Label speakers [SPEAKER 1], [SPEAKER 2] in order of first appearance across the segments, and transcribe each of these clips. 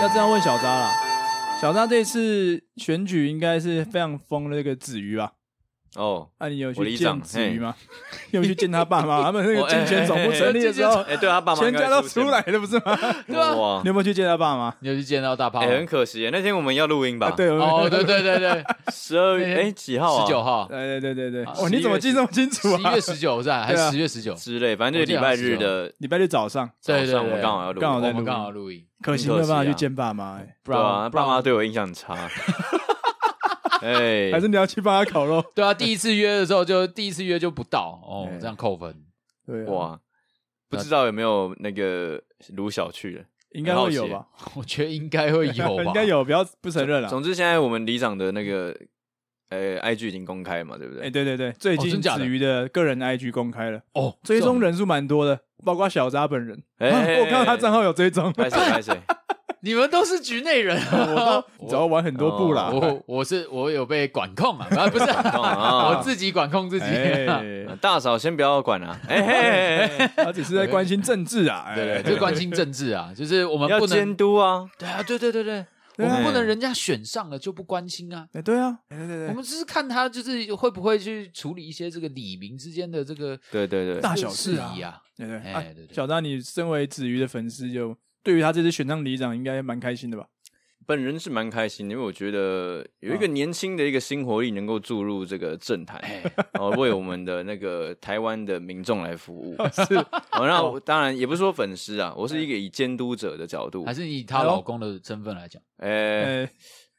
[SPEAKER 1] 要这样问小扎啦。小扎这次选举应该是非常疯的那个子瑜吧？
[SPEAKER 2] 哦，
[SPEAKER 1] 啊，你有
[SPEAKER 2] 我里
[SPEAKER 1] 去
[SPEAKER 2] 长
[SPEAKER 1] 见子瑜吗？有去见他爸妈？他们那个
[SPEAKER 2] 哦
[SPEAKER 1] 竞选总部成立的时候，
[SPEAKER 2] 哎、对他爸妈
[SPEAKER 1] 全
[SPEAKER 2] 应该
[SPEAKER 1] 家都
[SPEAKER 2] 出
[SPEAKER 1] 出
[SPEAKER 2] 现
[SPEAKER 1] 来，了，不是吗？
[SPEAKER 2] 对啊，哇
[SPEAKER 1] 你，有没有去见他爸妈？
[SPEAKER 3] 你有去见到大炮
[SPEAKER 2] 哎、
[SPEAKER 3] 吗？
[SPEAKER 2] 很可惜耶，那天我们要录音吧？
[SPEAKER 1] 啊，，对，我
[SPEAKER 3] 哦，
[SPEAKER 1] 们
[SPEAKER 3] 对对 对对，
[SPEAKER 2] 十二
[SPEAKER 3] 那
[SPEAKER 2] 月
[SPEAKER 3] 天
[SPEAKER 2] 哎几号啊？
[SPEAKER 3] 十九号，
[SPEAKER 1] 对对对对对，
[SPEAKER 3] 啊
[SPEAKER 1] 哦，你怎么记这么清楚
[SPEAKER 3] 十一
[SPEAKER 1] 啊
[SPEAKER 3] 月？十九是吧？还
[SPEAKER 1] 对啊
[SPEAKER 3] 是十月十九？
[SPEAKER 2] 之类，反正就是礼拜日的
[SPEAKER 1] 礼拜六早上，
[SPEAKER 2] 早
[SPEAKER 3] 对对对
[SPEAKER 2] 上，我们刚好要录，
[SPEAKER 1] 刚好
[SPEAKER 3] 我
[SPEAKER 1] 在
[SPEAKER 3] 们
[SPEAKER 1] 录
[SPEAKER 3] 刚好录音，
[SPEAKER 1] 可惜没有
[SPEAKER 2] 很可惜
[SPEAKER 1] 办法去
[SPEAKER 2] 啊
[SPEAKER 1] 见爸妈，哎
[SPEAKER 3] 不
[SPEAKER 2] 对
[SPEAKER 3] 然
[SPEAKER 2] 啊，
[SPEAKER 3] 不
[SPEAKER 2] 爸
[SPEAKER 3] 然
[SPEAKER 2] 妈对我印象很差。 哎、
[SPEAKER 1] 还是你要去帮他烤肉？
[SPEAKER 3] 对啊，第一次约的时候就第一次约就不到哦
[SPEAKER 1] 哎，
[SPEAKER 3] 这样扣分。
[SPEAKER 1] 对啊，
[SPEAKER 2] 哇，不知道有没有那个卢小去了。
[SPEAKER 1] 应该会有吧？
[SPEAKER 3] 我觉得应该会有 吧，
[SPEAKER 1] 应该。有，不要不承认了。
[SPEAKER 2] 总之，现在我们里长的那个呃、IG 已经公开嘛，对不对？
[SPEAKER 1] 哎，对对对，最近
[SPEAKER 3] 真假的
[SPEAKER 1] 子瑜的个人 IG 公开了，
[SPEAKER 3] 哦，
[SPEAKER 1] 追踪
[SPEAKER 3] 这种，
[SPEAKER 1] 人数蛮多的，包括小扎本人。
[SPEAKER 2] 哎哎哎
[SPEAKER 1] 我看到他账号有追踪，
[SPEAKER 2] 拍 谁拍谁？
[SPEAKER 3] 你们都是局内人啊，
[SPEAKER 1] 我都早玩很多步啦。
[SPEAKER 3] 哦我我是我有被管控啊，啊不是啊
[SPEAKER 2] 控啊
[SPEAKER 3] 我自己管控自己。啊
[SPEAKER 1] 哎，
[SPEAKER 2] 大嫂先不要管啊！哎、嘿嘿嘿
[SPEAKER 1] 他只是在关心政治啊，
[SPEAKER 3] 对
[SPEAKER 1] 哎
[SPEAKER 3] 对，就关心政治啊，就是我们
[SPEAKER 2] 要
[SPEAKER 3] 不
[SPEAKER 2] 监
[SPEAKER 3] 能
[SPEAKER 2] 督啊！
[SPEAKER 3] 对啊，对对对对，我
[SPEAKER 1] 对
[SPEAKER 3] 们不能人家选上了就不关心啊。
[SPEAKER 1] 哎，对啊，哎对对
[SPEAKER 3] 我
[SPEAKER 1] 对，
[SPEAKER 3] 们只是看他就是会不会去处理一些这个里民之间的这个
[SPEAKER 2] 对对对，
[SPEAKER 1] 大小事啊
[SPEAKER 3] 事宜啊。
[SPEAKER 1] 对对
[SPEAKER 3] 哎
[SPEAKER 1] 啊
[SPEAKER 3] 对对对
[SPEAKER 1] 小扎，你身为子瑜的粉丝，就对于他这次选上里长，应该蛮开心的吧？
[SPEAKER 2] 本人是蛮开心的，因为我觉得有一个年轻的一个新活力能够注入这个政坛，
[SPEAKER 3] 哎，
[SPEAKER 2] 然后为我们的那个台湾的民众来服务。
[SPEAKER 1] 是，
[SPEAKER 2] 哦，那我当然也不是说粉丝啊，我是一个以监督者的角度
[SPEAKER 3] 还，是以她老公的身 份来讲，
[SPEAKER 2] 哎，
[SPEAKER 1] 哎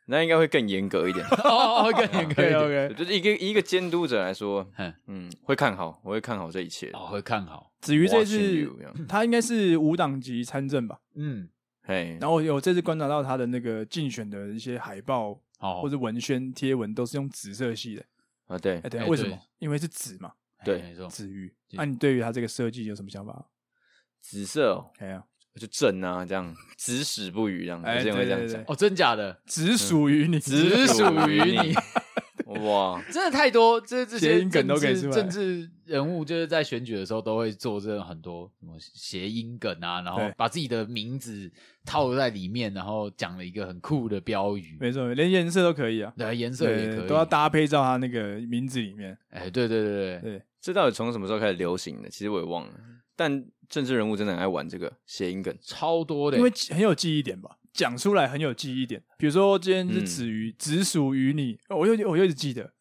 [SPEAKER 2] 那应该会更严格一点。
[SPEAKER 3] 哦，哦更严格一
[SPEAKER 1] ，OK
[SPEAKER 3] 点，
[SPEAKER 1] OK，
[SPEAKER 2] 就是一个以一个监督者来说
[SPEAKER 3] 嗯，
[SPEAKER 2] 嗯，会看好，我会看好这一切。
[SPEAKER 3] 哦，会看好，
[SPEAKER 1] 子瑜这
[SPEAKER 2] Watching
[SPEAKER 1] 次
[SPEAKER 2] you，这样
[SPEAKER 1] 他应该是无党籍参政吧？
[SPEAKER 3] 嗯，
[SPEAKER 2] 嘿，
[SPEAKER 1] 然后有这次观察到他的那个竞选的一些海报
[SPEAKER 3] 哦，
[SPEAKER 1] 或者文宣贴文都是用紫色系的，
[SPEAKER 2] 啊，对
[SPEAKER 1] 哎，，对啊，
[SPEAKER 3] 哎
[SPEAKER 1] 为什
[SPEAKER 3] 对
[SPEAKER 1] 么？因为是紫嘛，
[SPEAKER 2] 对
[SPEAKER 3] 哎没错，
[SPEAKER 1] 紫瑜。
[SPEAKER 3] 对
[SPEAKER 1] 那你对于他这个设计有什么想法？
[SPEAKER 2] 紫色哦
[SPEAKER 1] 哎呀，
[SPEAKER 2] 就正啊，这样只死不渝这样，
[SPEAKER 1] 哎
[SPEAKER 2] 有些人会这样讲
[SPEAKER 1] 对。
[SPEAKER 3] 哦，真假的，
[SPEAKER 1] 只属于你，
[SPEAKER 2] 只
[SPEAKER 3] 只
[SPEAKER 2] 属
[SPEAKER 3] 属
[SPEAKER 2] 于
[SPEAKER 3] 于
[SPEAKER 2] 你
[SPEAKER 3] 你，
[SPEAKER 2] 哇，
[SPEAKER 3] 真的太多，这这
[SPEAKER 1] 谐
[SPEAKER 3] 些
[SPEAKER 1] 音梗都可以
[SPEAKER 3] 政治
[SPEAKER 1] 出来
[SPEAKER 3] 政治人物就是在选举的时候都会做这种很多什么谐音梗啊，然后
[SPEAKER 1] 对
[SPEAKER 3] 把自己的名字套在里面，然后讲了一个很酷的标语，
[SPEAKER 1] 没错，连颜色都可以啊，
[SPEAKER 3] 对，颜色也可以，
[SPEAKER 1] 都要搭配到他那个名字里面。
[SPEAKER 3] 哎，对对对对，
[SPEAKER 1] 对，
[SPEAKER 2] 这到底从什么时候开始流行的？其实我也忘了。但政治人物真的很爱玩这个谐音梗，
[SPEAKER 3] 超多的，
[SPEAKER 1] 因为很有记忆点吧，讲出来很有记忆点。比如说今天是子瑜，只属于你，哦我又我又一直记得，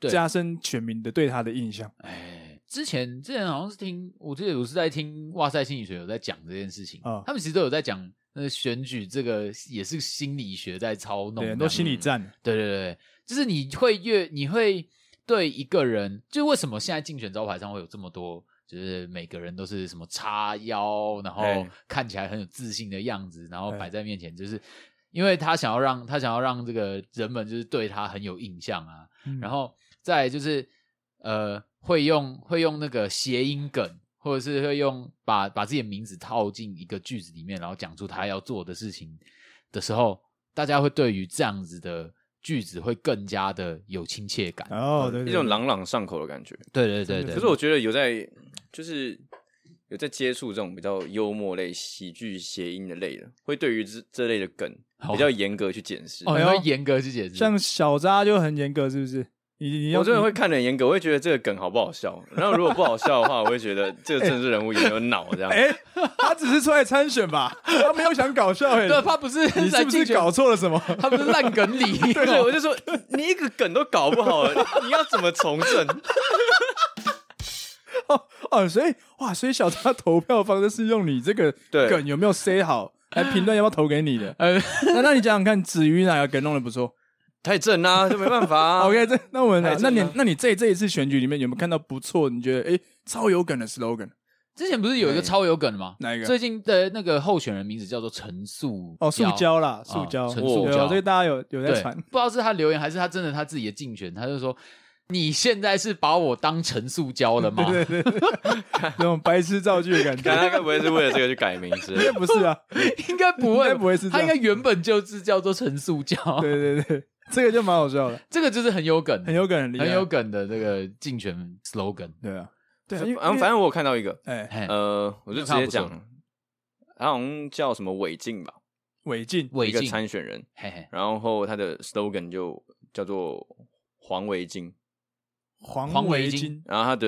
[SPEAKER 3] 对
[SPEAKER 1] 加深选民的对他的印象。
[SPEAKER 3] 哎，之前之前好像是听，我记得我是在听《哇塞心理学》有在讲这件事情，
[SPEAKER 1] 啊
[SPEAKER 3] 他们其实都有在讲，那选举这个也是心理学在操弄，
[SPEAKER 1] 对，很多心理
[SPEAKER 2] 嗯
[SPEAKER 1] 战。
[SPEAKER 3] 对对对，就是你会越你会对一个人，就为什么现在竞选招牌上会有这么多，就是每个人都是什么叉腰，然后
[SPEAKER 2] 哎
[SPEAKER 3] 看起来很有自信的样子，然后
[SPEAKER 1] 哎
[SPEAKER 3] 摆在面前，就是因为他想要让他想要让这个人们就是对他很有印象啊，
[SPEAKER 1] 嗯
[SPEAKER 3] 然后再来就是呃会用会用那个谐音梗。或者是会用把把自己的名字套进一个句子里面，然后讲出他要做的事情的时候，大家会对于这样子的句子会更加的有亲切感。
[SPEAKER 1] 哦，对，对
[SPEAKER 2] 一种朗朗上口的感觉。
[SPEAKER 3] 对对对对，
[SPEAKER 2] 可是我觉得有在，就是有在接触这种比较幽默类、喜剧谐音的类的，会对于这这类的梗
[SPEAKER 3] 好
[SPEAKER 2] 比较严格去检视。
[SPEAKER 3] 哦，
[SPEAKER 1] 哎
[SPEAKER 3] 你
[SPEAKER 1] 呦
[SPEAKER 3] 会严格去解释，
[SPEAKER 1] 像小扎就很严格，是不是？你你要
[SPEAKER 2] 我真的会看得很严格，我会觉得这个梗好不好笑。然后如果不好笑的话，我会觉得这个政治人物有没有脑这样。
[SPEAKER 1] 哎、他只是出来参选吧，他没有想搞笑哎、
[SPEAKER 3] 对他不是
[SPEAKER 1] 你是
[SPEAKER 3] 来
[SPEAKER 1] 不
[SPEAKER 3] 竞
[SPEAKER 1] 是
[SPEAKER 3] 选
[SPEAKER 1] 搞，错了什么？
[SPEAKER 3] 他不是烂梗 里，。
[SPEAKER 2] 对
[SPEAKER 1] 哦
[SPEAKER 2] 对，我就说你一个梗都搞不好，你要怎么从政？
[SPEAKER 1] 哦哦，所以哇，所以小扎投票方式是用你这个
[SPEAKER 2] 对
[SPEAKER 1] 梗有没有塞好来评断要不要投给你的
[SPEAKER 3] 呃，
[SPEAKER 1] 那那你想想看，子瑜哪个梗弄得不错、
[SPEAKER 2] 太正啦、就没办 法、啊。
[SPEAKER 1] o k 这那我们、
[SPEAKER 2] 太
[SPEAKER 1] 那
[SPEAKER 2] 正
[SPEAKER 1] 你
[SPEAKER 2] 了
[SPEAKER 1] 那你这这一次选举里面有没有看到不错？你觉得哎、超有梗的 slogan
[SPEAKER 3] 之前不是有一个超有梗的吗？
[SPEAKER 1] 哎哪一个
[SPEAKER 3] 最近的那个候选人名字叫做陈素
[SPEAKER 1] 哦，塑胶啦，塑
[SPEAKER 3] 哦
[SPEAKER 1] 胶，
[SPEAKER 3] 纯
[SPEAKER 2] 塑
[SPEAKER 1] 有
[SPEAKER 3] 胶
[SPEAKER 1] 这个大家有有在
[SPEAKER 3] 对，
[SPEAKER 1] 传
[SPEAKER 3] 不。知道是他留言还是他真的他自己的竞选，他就说。你现在是把我当陈塑胶了吗？
[SPEAKER 1] 对对对， 那种白痴造句的感
[SPEAKER 2] 看
[SPEAKER 1] 觉，
[SPEAKER 2] 他该不会是为了这个去改名字？
[SPEAKER 1] 应该不是啊，
[SPEAKER 3] 应该不会，
[SPEAKER 1] 应该不会是这
[SPEAKER 3] 他
[SPEAKER 1] 样
[SPEAKER 3] 应该原本就是叫做陈塑胶。
[SPEAKER 1] 对对对，这个就蛮好笑的，
[SPEAKER 3] 这个就是很有梗，
[SPEAKER 1] 很有梗，很厉害，
[SPEAKER 3] 很有梗的这个竞选 slogan。
[SPEAKER 1] 对啊，对 啊，因为
[SPEAKER 2] 反正反正我有看到一个，呃
[SPEAKER 1] 哎，
[SPEAKER 3] 哎，
[SPEAKER 2] 呃，我就直接
[SPEAKER 3] 那看
[SPEAKER 2] 讲
[SPEAKER 3] 不错，
[SPEAKER 2] 他好像叫什么韦静吧，
[SPEAKER 1] 违禁，
[SPEAKER 3] 违
[SPEAKER 2] 一个
[SPEAKER 3] 禁，
[SPEAKER 2] 参选人，
[SPEAKER 3] 嘿嘿，
[SPEAKER 2] 然后他的 slogan 就叫做黄围巾，
[SPEAKER 1] 黄
[SPEAKER 3] 黄
[SPEAKER 1] 围
[SPEAKER 3] 围
[SPEAKER 1] 巾
[SPEAKER 3] 巾。
[SPEAKER 2] 然后他的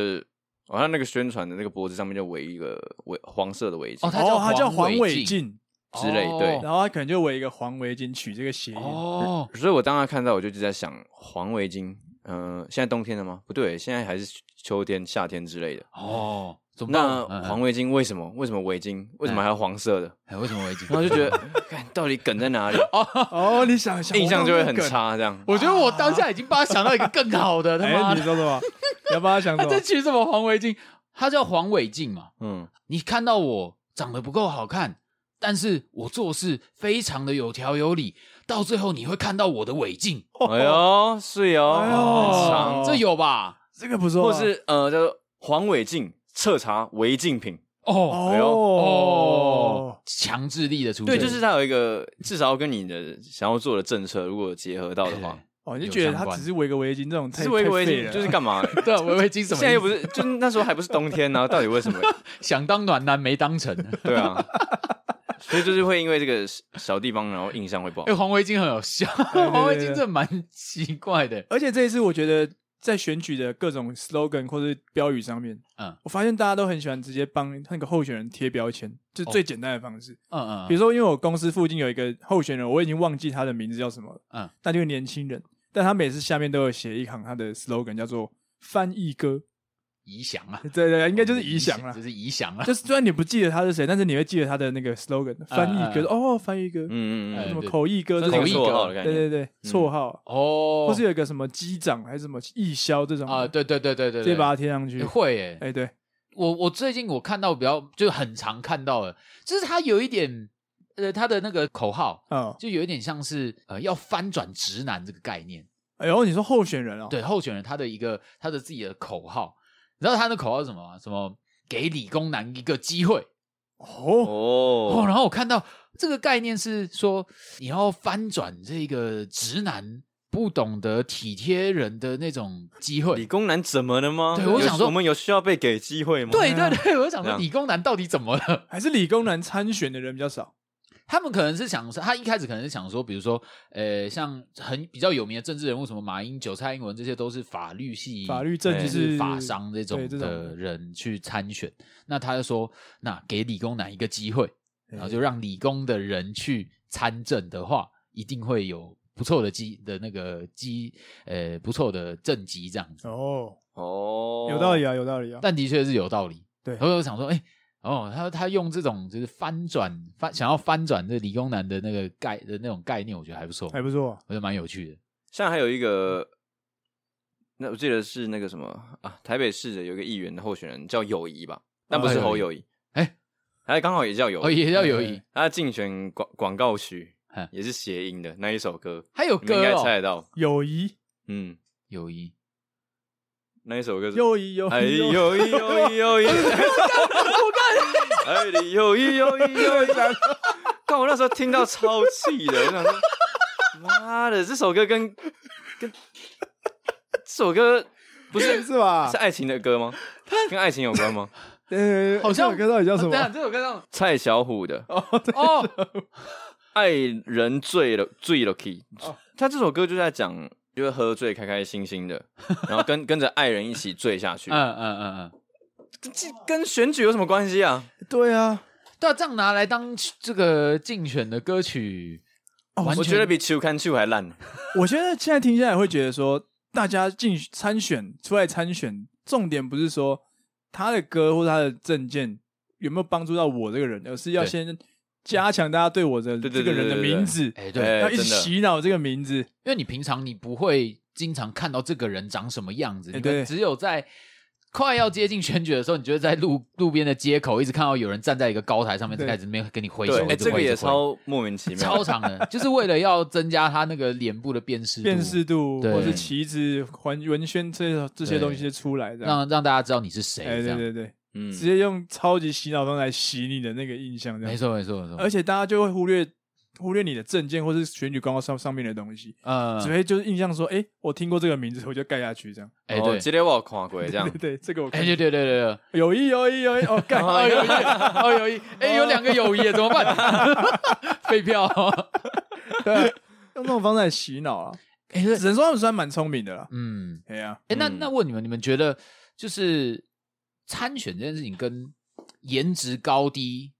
[SPEAKER 2] 哦，他那个宣传的那个脖子上面就围一个围黄色的围巾
[SPEAKER 3] 哦它
[SPEAKER 1] 哦，
[SPEAKER 3] 叫
[SPEAKER 1] 它叫
[SPEAKER 3] 黄
[SPEAKER 1] 黄
[SPEAKER 3] 围
[SPEAKER 1] 围
[SPEAKER 3] 巾
[SPEAKER 1] 巾，
[SPEAKER 2] 之类，对。
[SPEAKER 1] 然后他可能就围一个黄围巾，取这个谐音。
[SPEAKER 3] 哦，
[SPEAKER 2] 所以我当时看到，我就一直在想黄围巾，嗯、现在冬天了吗？不对，现在还是秋天、夏天之类的。
[SPEAKER 3] 哦，怎么
[SPEAKER 2] 那
[SPEAKER 3] 办？嗯
[SPEAKER 2] 黄围巾为什么？为什么围巾？为什么还有黄色的？
[SPEAKER 3] 哎为什么违禁？
[SPEAKER 2] 然后就觉得， 看到底梗在哪里？
[SPEAKER 1] 哦，你想一想，
[SPEAKER 2] 印象就会很
[SPEAKER 1] 我刚刚
[SPEAKER 2] 差，这样。
[SPEAKER 3] 我觉得我当下已经帮他想到一个更好的，他
[SPEAKER 1] 那个梗。 哎，
[SPEAKER 3] 妈
[SPEAKER 1] 你
[SPEAKER 3] 的，
[SPEAKER 1] 说什么？你要帮他想
[SPEAKER 3] 他
[SPEAKER 1] 什
[SPEAKER 3] 这
[SPEAKER 1] 么？
[SPEAKER 3] 取什么黄围巾？他叫黄伟进嘛？
[SPEAKER 2] 嗯，
[SPEAKER 3] 你看到我长得不够好看，但是我做事非常的有条有理，到最后你会看到我的违禁，
[SPEAKER 2] 哎呦，是哦，
[SPEAKER 1] 哎
[SPEAKER 2] 很
[SPEAKER 1] 呦
[SPEAKER 2] 长，
[SPEAKER 3] 这有吧？
[SPEAKER 1] 这个不错
[SPEAKER 2] 或
[SPEAKER 1] 啊，
[SPEAKER 2] 是呃叫做黄伟进彻查违禁品，
[SPEAKER 3] 哦
[SPEAKER 2] 哎呦
[SPEAKER 1] 哦
[SPEAKER 3] 哦，，强制力的出现，
[SPEAKER 2] 对，就是它有一个至少要跟你的想要做的政策如果结合到的话，
[SPEAKER 1] 哦，你就
[SPEAKER 3] 有
[SPEAKER 1] 觉得
[SPEAKER 3] 相
[SPEAKER 1] 他
[SPEAKER 3] 关
[SPEAKER 1] 只是围个围巾这种太，
[SPEAKER 2] 只是围个
[SPEAKER 1] 太
[SPEAKER 2] 围
[SPEAKER 1] 废了
[SPEAKER 2] 巾就是干嘛？
[SPEAKER 3] 对啊围围巾 什么意思？
[SPEAKER 2] 现在又不是，就是那时候还不是冬天呢、到底为什么？
[SPEAKER 3] 想当暖男没当成。
[SPEAKER 2] 对啊，所以就是会因为这个小地方，然后印象会不好
[SPEAKER 3] 哎、。黄围巾很有效，
[SPEAKER 1] 对
[SPEAKER 3] 黄围
[SPEAKER 1] 对
[SPEAKER 3] 巾真的蛮奇怪的。
[SPEAKER 1] 而且这一次，我觉得在选举的各种 slogan 或是标语上面，
[SPEAKER 3] 嗯
[SPEAKER 1] 我发现大家都很喜欢直接帮那个候选人贴标签，就是
[SPEAKER 3] 哦
[SPEAKER 1] 最简单的方式。
[SPEAKER 3] 嗯嗯，
[SPEAKER 1] 比如说，因为我公司附近有一个候选人，我已经忘记他的名字叫什么了，
[SPEAKER 3] 嗯，
[SPEAKER 1] 但就是年轻人，但他每次下面都有写一行他的 slogan，叫做“翻译哥
[SPEAKER 3] 怡翔啊”，，
[SPEAKER 1] 对对 对，应该就是怡翔啦
[SPEAKER 3] 就。是怡翔啊。
[SPEAKER 1] 就是虽然你不记得他是谁，但是你会记得他的那个 slogan“ 翻译哥”，
[SPEAKER 3] 嗯
[SPEAKER 1] 哦，翻译哥，
[SPEAKER 2] 嗯嗯
[SPEAKER 1] 什
[SPEAKER 2] 嗯，
[SPEAKER 1] 么口译哥
[SPEAKER 2] 这
[SPEAKER 1] 这
[SPEAKER 2] 是一
[SPEAKER 1] 种
[SPEAKER 2] 个
[SPEAKER 3] 口译
[SPEAKER 2] 绰号的概
[SPEAKER 1] 哎对对
[SPEAKER 2] 念。
[SPEAKER 1] 对，绰号，
[SPEAKER 3] 哦，
[SPEAKER 1] 或是有一个什么机长还是什么义消这种
[SPEAKER 3] 啊，对对对对对，
[SPEAKER 1] 直接
[SPEAKER 3] 对
[SPEAKER 1] 把它贴上去
[SPEAKER 3] 欸。会诶、
[SPEAKER 1] 哎，对，
[SPEAKER 3] 我我最近我看到比较就很常看到的，就是他有一点呃，他的那个口号
[SPEAKER 1] 嗯，
[SPEAKER 3] 就有一点像是呃要翻转直男这个概念。
[SPEAKER 1] 哎呦，你说候选人啊？，
[SPEAKER 3] 对候选人他的一个他的自己的口号，你知道他的口号是什么吗？什么给理工男一个机会？
[SPEAKER 1] 哦，
[SPEAKER 3] 哦，
[SPEAKER 2] 哦，
[SPEAKER 3] 然后我看到这个概念是说，你要翻转这个直男不懂得体贴人的那种机会
[SPEAKER 2] 理。工男怎么了吗？
[SPEAKER 3] 对我
[SPEAKER 2] 有
[SPEAKER 3] 想说
[SPEAKER 2] 我们有需要被给机会吗？
[SPEAKER 3] 对
[SPEAKER 1] 啊
[SPEAKER 3] 对对，我想
[SPEAKER 2] 这
[SPEAKER 3] 说
[SPEAKER 2] 样
[SPEAKER 3] 理工男到底怎么了？
[SPEAKER 1] 还是理工男参选的人比较少。
[SPEAKER 3] 他们可能是想说，他一开始可能是想说，比如说，呃，像很比较有名的政治人物，什么马英九、蔡英文，这些都是法律系、
[SPEAKER 1] 法律政
[SPEAKER 2] 哎
[SPEAKER 1] 治
[SPEAKER 3] 就是
[SPEAKER 1] 是
[SPEAKER 3] 法商这种
[SPEAKER 1] 对这
[SPEAKER 3] 的
[SPEAKER 1] 种，
[SPEAKER 3] 人去参选。那他就说，那给理工男一个机会，然后就让理工的人去参政的话，一定会有不错的绩的那个绩，呃，不错的政绩这样子。
[SPEAKER 1] 哦，
[SPEAKER 2] 哦，
[SPEAKER 1] 有道理啊，有道理啊。
[SPEAKER 3] 但的确是有道理。
[SPEAKER 1] 对
[SPEAKER 3] 然后我想说，哎、哦，他他用这种就是翻转翻想要翻转这理工男的那个概的那种概念，我觉得还不错，
[SPEAKER 1] 还不错，
[SPEAKER 3] 我觉得蛮有趣的。
[SPEAKER 2] 像还有
[SPEAKER 3] 嗯
[SPEAKER 2] 一个，那我记得是那个什么啊，台北市的有一个议员的候选人叫友谊吧，
[SPEAKER 3] 哦
[SPEAKER 2] 但不是侯友谊，
[SPEAKER 3] 哎，
[SPEAKER 2] 他刚好也叫友
[SPEAKER 3] 哦，
[SPEAKER 2] 谊，
[SPEAKER 3] 也叫友
[SPEAKER 1] 哎
[SPEAKER 3] 谊，
[SPEAKER 2] 他竞选广广告曲
[SPEAKER 3] 嗯
[SPEAKER 2] 也是谐音的那一首歌，
[SPEAKER 3] 还有
[SPEAKER 2] 你们应
[SPEAKER 3] 歌
[SPEAKER 2] 该猜
[SPEAKER 3] 哦，
[SPEAKER 2] 得到，
[SPEAKER 1] 友谊，
[SPEAKER 2] 嗯，
[SPEAKER 3] 友谊。
[SPEAKER 2] 那一首歌是。
[SPEAKER 1] 友谊，友
[SPEAKER 2] 哎
[SPEAKER 1] 谊，
[SPEAKER 2] 呦
[SPEAKER 1] 友谊
[SPEAKER 2] 呦呦呦！我干！哎呦呦呦呦！干！我那时候听到超气的，我想说，妈的，这首歌跟跟这首歌不是
[SPEAKER 1] 是 吧
[SPEAKER 2] 是？爱情的歌吗？跟爱情有关吗？
[SPEAKER 1] 呃，
[SPEAKER 3] 好像
[SPEAKER 1] 这首歌到底叫什
[SPEAKER 3] 哦等一下
[SPEAKER 1] 么？
[SPEAKER 3] 这首歌叫 什么
[SPEAKER 2] 蔡小虎的《
[SPEAKER 3] 哦，
[SPEAKER 2] 爱人醉了醉了 key》，他这首歌就在讲，就是喝醉开开心心的，然后跟跟着爱人一起醉下去
[SPEAKER 3] 嗯，嗯嗯嗯，
[SPEAKER 2] 这跟选举有什么关系啊？
[SPEAKER 1] 对啊，
[SPEAKER 3] 对啊，这样拿来当这个竞选的歌曲，
[SPEAKER 1] 哦
[SPEAKER 3] 完全
[SPEAKER 2] 我觉得比《秋看秋》还烂。
[SPEAKER 1] 我觉得现在听下来会觉得说，大家进参选出来参选，重点不是说他的歌或他的证件有没有帮助到我这个人，而是要
[SPEAKER 3] 对
[SPEAKER 1] 先加强大家对我的
[SPEAKER 2] 对
[SPEAKER 1] 这个
[SPEAKER 2] 对对
[SPEAKER 1] 人的
[SPEAKER 2] 对对对
[SPEAKER 1] 名字，
[SPEAKER 3] 哎，对，
[SPEAKER 2] 哎
[SPEAKER 1] 要一直
[SPEAKER 2] 真的
[SPEAKER 1] 洗脑这个名字。
[SPEAKER 3] 因为你平常你不会经常看到这个人长什么样子，
[SPEAKER 1] 哎
[SPEAKER 3] 你
[SPEAKER 1] 对
[SPEAKER 3] 会只有在快要接近选举的时候，你就会在路路边的街口一直看到有人站在一个高台上面，
[SPEAKER 1] 对
[SPEAKER 3] 就开始那边跟你挥手
[SPEAKER 2] 对，，哎、
[SPEAKER 3] 一直
[SPEAKER 2] 这个
[SPEAKER 3] 挥
[SPEAKER 2] 也
[SPEAKER 3] 一直挥
[SPEAKER 2] 超莫名其妙。
[SPEAKER 3] 超长的， 就是为了要增加他那个脸部的辨识度
[SPEAKER 1] 辨识度
[SPEAKER 3] 对
[SPEAKER 1] 或是旗帜、环文宣这这些东西就出来，这样。
[SPEAKER 3] 让让大家知道你是谁，
[SPEAKER 1] 哎，
[SPEAKER 3] 这
[SPEAKER 1] 对
[SPEAKER 3] 样
[SPEAKER 1] 对对，
[SPEAKER 2] 嗯
[SPEAKER 1] 直接用超级洗脑方式来洗你的那个印象，这
[SPEAKER 3] 没
[SPEAKER 1] 样。
[SPEAKER 3] 错没错没错，
[SPEAKER 1] 而且大家就会忽略忽略你的证件或是选举广告上上面的东西，
[SPEAKER 3] 呃
[SPEAKER 1] 只会就是印象说，哎，我听过这个名字，我就盖下去 这样。
[SPEAKER 3] 哎
[SPEAKER 2] 哦，
[SPEAKER 3] 对
[SPEAKER 2] 今天我有看过 这样
[SPEAKER 1] 对对，对，这个我
[SPEAKER 3] 哎
[SPEAKER 1] 看
[SPEAKER 3] 对对对对对，
[SPEAKER 1] 有 意有意有意哦，盖
[SPEAKER 3] 哎 哦友谊哦友谊，哎有两个友谊怎么办？ 废票、
[SPEAKER 1] 对啊，用这种方式来洗脑啊，
[SPEAKER 3] 哎、
[SPEAKER 1] 只能说他们算蛮聪明的啦。
[SPEAKER 3] 嗯，
[SPEAKER 1] 哎呀，
[SPEAKER 3] 哎、那
[SPEAKER 2] 嗯
[SPEAKER 3] 那问你们，你们觉得就是参选这件事情跟颜值高低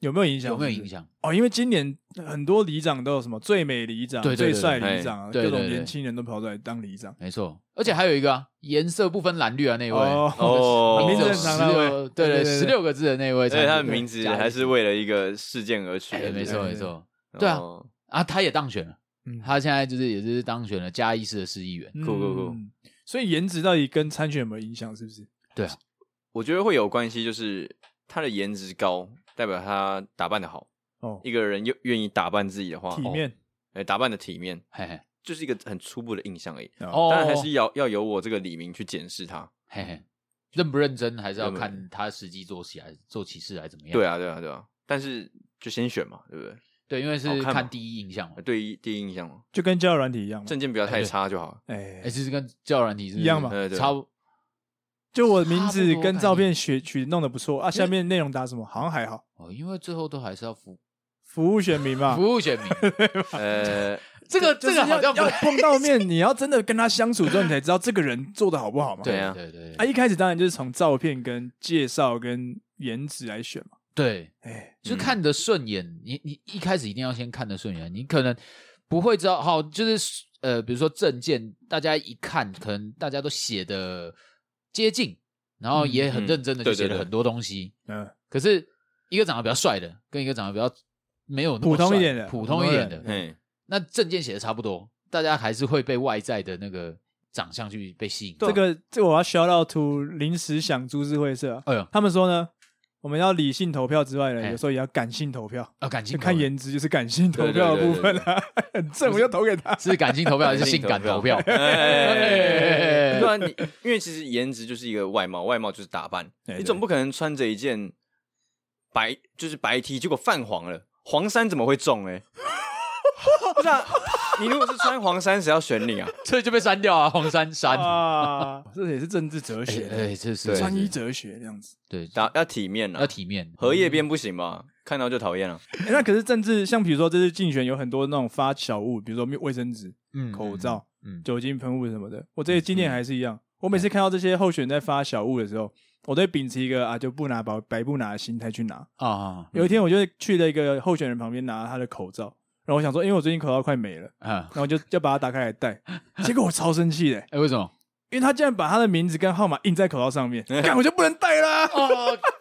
[SPEAKER 1] 有没有影响？
[SPEAKER 3] 有没有影？响？
[SPEAKER 1] 哦，因为今年很多里长都有什么最美里长、
[SPEAKER 3] 对对对哎
[SPEAKER 1] 最帅里长啊，
[SPEAKER 3] 对
[SPEAKER 1] 各
[SPEAKER 3] 对
[SPEAKER 1] 种
[SPEAKER 3] 对
[SPEAKER 1] 年轻人都跑出来当里长。
[SPEAKER 3] 没错，而
[SPEAKER 1] 哦
[SPEAKER 3] 且还有一个啊，颜色不分蓝绿啊那位，
[SPEAKER 2] 哦
[SPEAKER 1] 名
[SPEAKER 3] 名
[SPEAKER 1] 字
[SPEAKER 3] 字
[SPEAKER 1] 很长
[SPEAKER 3] 有十
[SPEAKER 1] 那位
[SPEAKER 3] 六，对
[SPEAKER 1] 对对
[SPEAKER 3] 对，
[SPEAKER 1] 对
[SPEAKER 3] 十六个字的那位
[SPEAKER 2] 而
[SPEAKER 3] 参
[SPEAKER 2] 且
[SPEAKER 3] 选，
[SPEAKER 2] 他的名字还是为了一个事件而取
[SPEAKER 3] 对，
[SPEAKER 2] 的，
[SPEAKER 3] 哎没错
[SPEAKER 1] 对
[SPEAKER 3] 没错对啊
[SPEAKER 2] 然后
[SPEAKER 3] 啊，他也当选了，
[SPEAKER 1] 嗯
[SPEAKER 3] 他现在就是也就是当选了嘉义市的市议员，
[SPEAKER 1] 酷
[SPEAKER 2] 酷酷酷
[SPEAKER 1] 所以颜值到底跟参选有没有影响？是不是？
[SPEAKER 3] 对啊，
[SPEAKER 2] 我觉得会有关系，就是他的颜值高，代表他打扮的好。
[SPEAKER 1] 哦，
[SPEAKER 2] 一个人又愿意打扮自己的话，
[SPEAKER 1] 体
[SPEAKER 2] 哦
[SPEAKER 1] 面
[SPEAKER 2] 哎、打扮的体面，
[SPEAKER 3] 嘿嘿，
[SPEAKER 2] 就是一个很初步的印象而已。
[SPEAKER 3] 哦，
[SPEAKER 2] 当然还是要要由我这个李明去检视他。
[SPEAKER 3] 嘿嘿，认不认真还是要
[SPEAKER 2] 认不认
[SPEAKER 3] 看他实际做起来做起事来怎么样，
[SPEAKER 2] 对啊，对啊，对啊。但是就先选嘛，对不对？
[SPEAKER 3] 对，因为
[SPEAKER 2] 好
[SPEAKER 3] 是
[SPEAKER 2] 看吗
[SPEAKER 3] 看第一印象嘛
[SPEAKER 2] 呃，对一第一印象嘛，
[SPEAKER 1] 就跟交友软体一样嘛。
[SPEAKER 2] 证件不要太差就好了。
[SPEAKER 1] 哎
[SPEAKER 3] 哎，，其实跟教软体是
[SPEAKER 1] 一样嘛
[SPEAKER 2] 对对对
[SPEAKER 3] 差不
[SPEAKER 1] 就我名字
[SPEAKER 3] 差不多概
[SPEAKER 1] 跟
[SPEAKER 3] 念
[SPEAKER 1] 照片选取弄得不错啊，下面内容打什么好像还好，
[SPEAKER 3] 哦，因为最后都还是要服
[SPEAKER 1] 服务选民嘛。
[SPEAKER 3] 服 务选民，
[SPEAKER 2] 呃，
[SPEAKER 3] 这个
[SPEAKER 1] 啊就
[SPEAKER 3] 这
[SPEAKER 1] 是
[SPEAKER 3] 个好像
[SPEAKER 1] 要
[SPEAKER 3] 不
[SPEAKER 1] 要碰到面，你要真的跟他相处之后，你才知道这个人做的好不好嘛。
[SPEAKER 3] 对
[SPEAKER 2] 啊
[SPEAKER 3] 对对
[SPEAKER 1] 啊，一开始当然就是从照片、跟介绍、跟颜值来选嘛。
[SPEAKER 3] 对，
[SPEAKER 1] 哎，
[SPEAKER 3] 就是看得顺眼，你你一开始一定要先看得顺眼，你可能不会知道，好，就是呃，比如说证件，大家一看，可能大家都写的接近，然后也很认真
[SPEAKER 2] 嗯
[SPEAKER 3] 的就
[SPEAKER 2] 对
[SPEAKER 3] 写了
[SPEAKER 2] 对对
[SPEAKER 3] 很多东西，
[SPEAKER 1] 嗯，
[SPEAKER 3] 可是一个长得比较帅的，跟一个长得比较没有那么
[SPEAKER 1] 普通
[SPEAKER 3] 帅
[SPEAKER 1] 一点的
[SPEAKER 3] 普通一点
[SPEAKER 1] 普
[SPEAKER 3] 的，
[SPEAKER 1] 通
[SPEAKER 2] 哎，
[SPEAKER 3] 那证件写的差不多，大家还是会被外在的那个长相去被吸引。
[SPEAKER 1] 这，个这个我要 shout out to 临时想株式会社啊，
[SPEAKER 3] 哎呦，
[SPEAKER 1] 他们说呢，我们要理性投票之外呢，
[SPEAKER 3] 哎
[SPEAKER 1] 有时候也要感性投票。
[SPEAKER 3] 啊，感
[SPEAKER 1] 就
[SPEAKER 3] 情
[SPEAKER 1] 看
[SPEAKER 3] 投票
[SPEAKER 1] 颜值，就是感性投票的部分啊， 很正我就投给他。
[SPEAKER 3] 是感情投票还是性感 投票？
[SPEAKER 2] 哎
[SPEAKER 3] 哎
[SPEAKER 2] 对啊，你因为其实颜值就是一个外貌，外貌就是打扮，
[SPEAKER 1] 哎
[SPEAKER 2] 你总不可能穿着一件白就是白 T，结果泛黄了，黄衫怎么会中？ 哎，不是啊，你如果是穿黄衫，谁要选你啊？
[SPEAKER 3] 所以就被删掉啊，黄珊珊。
[SPEAKER 1] 啊，这也是政治哲学，欸
[SPEAKER 3] 哎，哎这是
[SPEAKER 2] 对
[SPEAKER 1] 穿衣，哲学这样子。
[SPEAKER 3] 对，
[SPEAKER 2] 打要体面
[SPEAKER 3] 要
[SPEAKER 2] 啊，
[SPEAKER 3] 体面。
[SPEAKER 2] 荷叶边不行吧？看到就讨厌了。啊
[SPEAKER 1] 哎那可是政治，像比如说这次竞选有很多那种发小物，比如说卫生纸、
[SPEAKER 3] 嗯
[SPEAKER 1] 口罩、
[SPEAKER 3] 嗯，
[SPEAKER 1] 酒精喷雾什么的。我这些今年还是一样，我每次看到这些候选人在发小物的时候，我都会秉持一个啊就不拿白白不拿的心态去拿。
[SPEAKER 3] 啊啊
[SPEAKER 1] 有一天我就去了一个候选人旁边拿他的口罩，然后我想说，因为我最近口罩快没了，
[SPEAKER 3] 啊！
[SPEAKER 1] 然后我就要把它打开来戴， 结果我超生气的、
[SPEAKER 3] 哎，为什么？
[SPEAKER 1] 因为他竟然把他的名字跟号码印在口罩上面， 干我就不能戴啦、
[SPEAKER 3] 哦，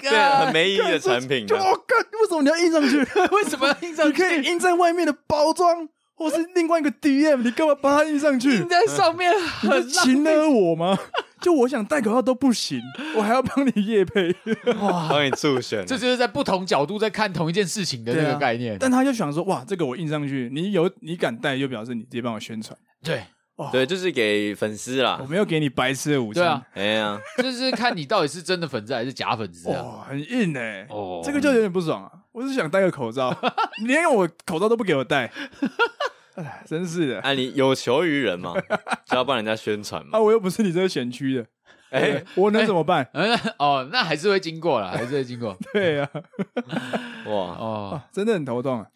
[SPEAKER 2] 对，啊很没意义的
[SPEAKER 1] 干
[SPEAKER 2] 产品
[SPEAKER 1] 就
[SPEAKER 2] 啊。
[SPEAKER 1] 我干，为什么你要印上去？
[SPEAKER 3] 为什么要印上
[SPEAKER 1] 你可以印在外面的包装，或是另外一个 DM，你干嘛把它印上去？
[SPEAKER 3] 在上面
[SPEAKER 1] 你是情勒我吗？ 就我想戴口罩都不行，我还要帮你夜配。
[SPEAKER 2] 帮你助选，啊
[SPEAKER 3] 这就是在不同角度在看同一件事情的那
[SPEAKER 1] 对
[SPEAKER 3] 个
[SPEAKER 1] 啊
[SPEAKER 3] 概念。
[SPEAKER 1] 但他就想说，哇，这个我印上去，你有你敢戴，就表示你直接帮我宣传，
[SPEAKER 3] 对
[SPEAKER 2] 对，就是给粉丝
[SPEAKER 1] 我
[SPEAKER 2] 啦。
[SPEAKER 1] 没有给你白痴的武器。
[SPEAKER 3] 对啊，，
[SPEAKER 2] 哎呀，
[SPEAKER 3] 就是看你到底是真的粉丝还是假粉丝啊。
[SPEAKER 1] 哇，很硬哎、
[SPEAKER 3] 哦
[SPEAKER 1] 这个就有点不爽啊！我是想戴个口罩，你连我口罩都不给我戴，哎，真是的
[SPEAKER 2] 啊，你有求于人 嘛，就要帮人家宣传
[SPEAKER 1] 啊！
[SPEAKER 3] 哦
[SPEAKER 2] 嘛。
[SPEAKER 1] 我又不是你这个选区的，
[SPEAKER 2] 哎，
[SPEAKER 1] 我能怎么办？
[SPEAKER 3] 嗯，那哦，那还是会经过啦，还是会 经 过
[SPEAKER 1] 对啊，
[SPEAKER 2] 哇，
[SPEAKER 3] 哦。
[SPEAKER 1] 真的很头痛啊！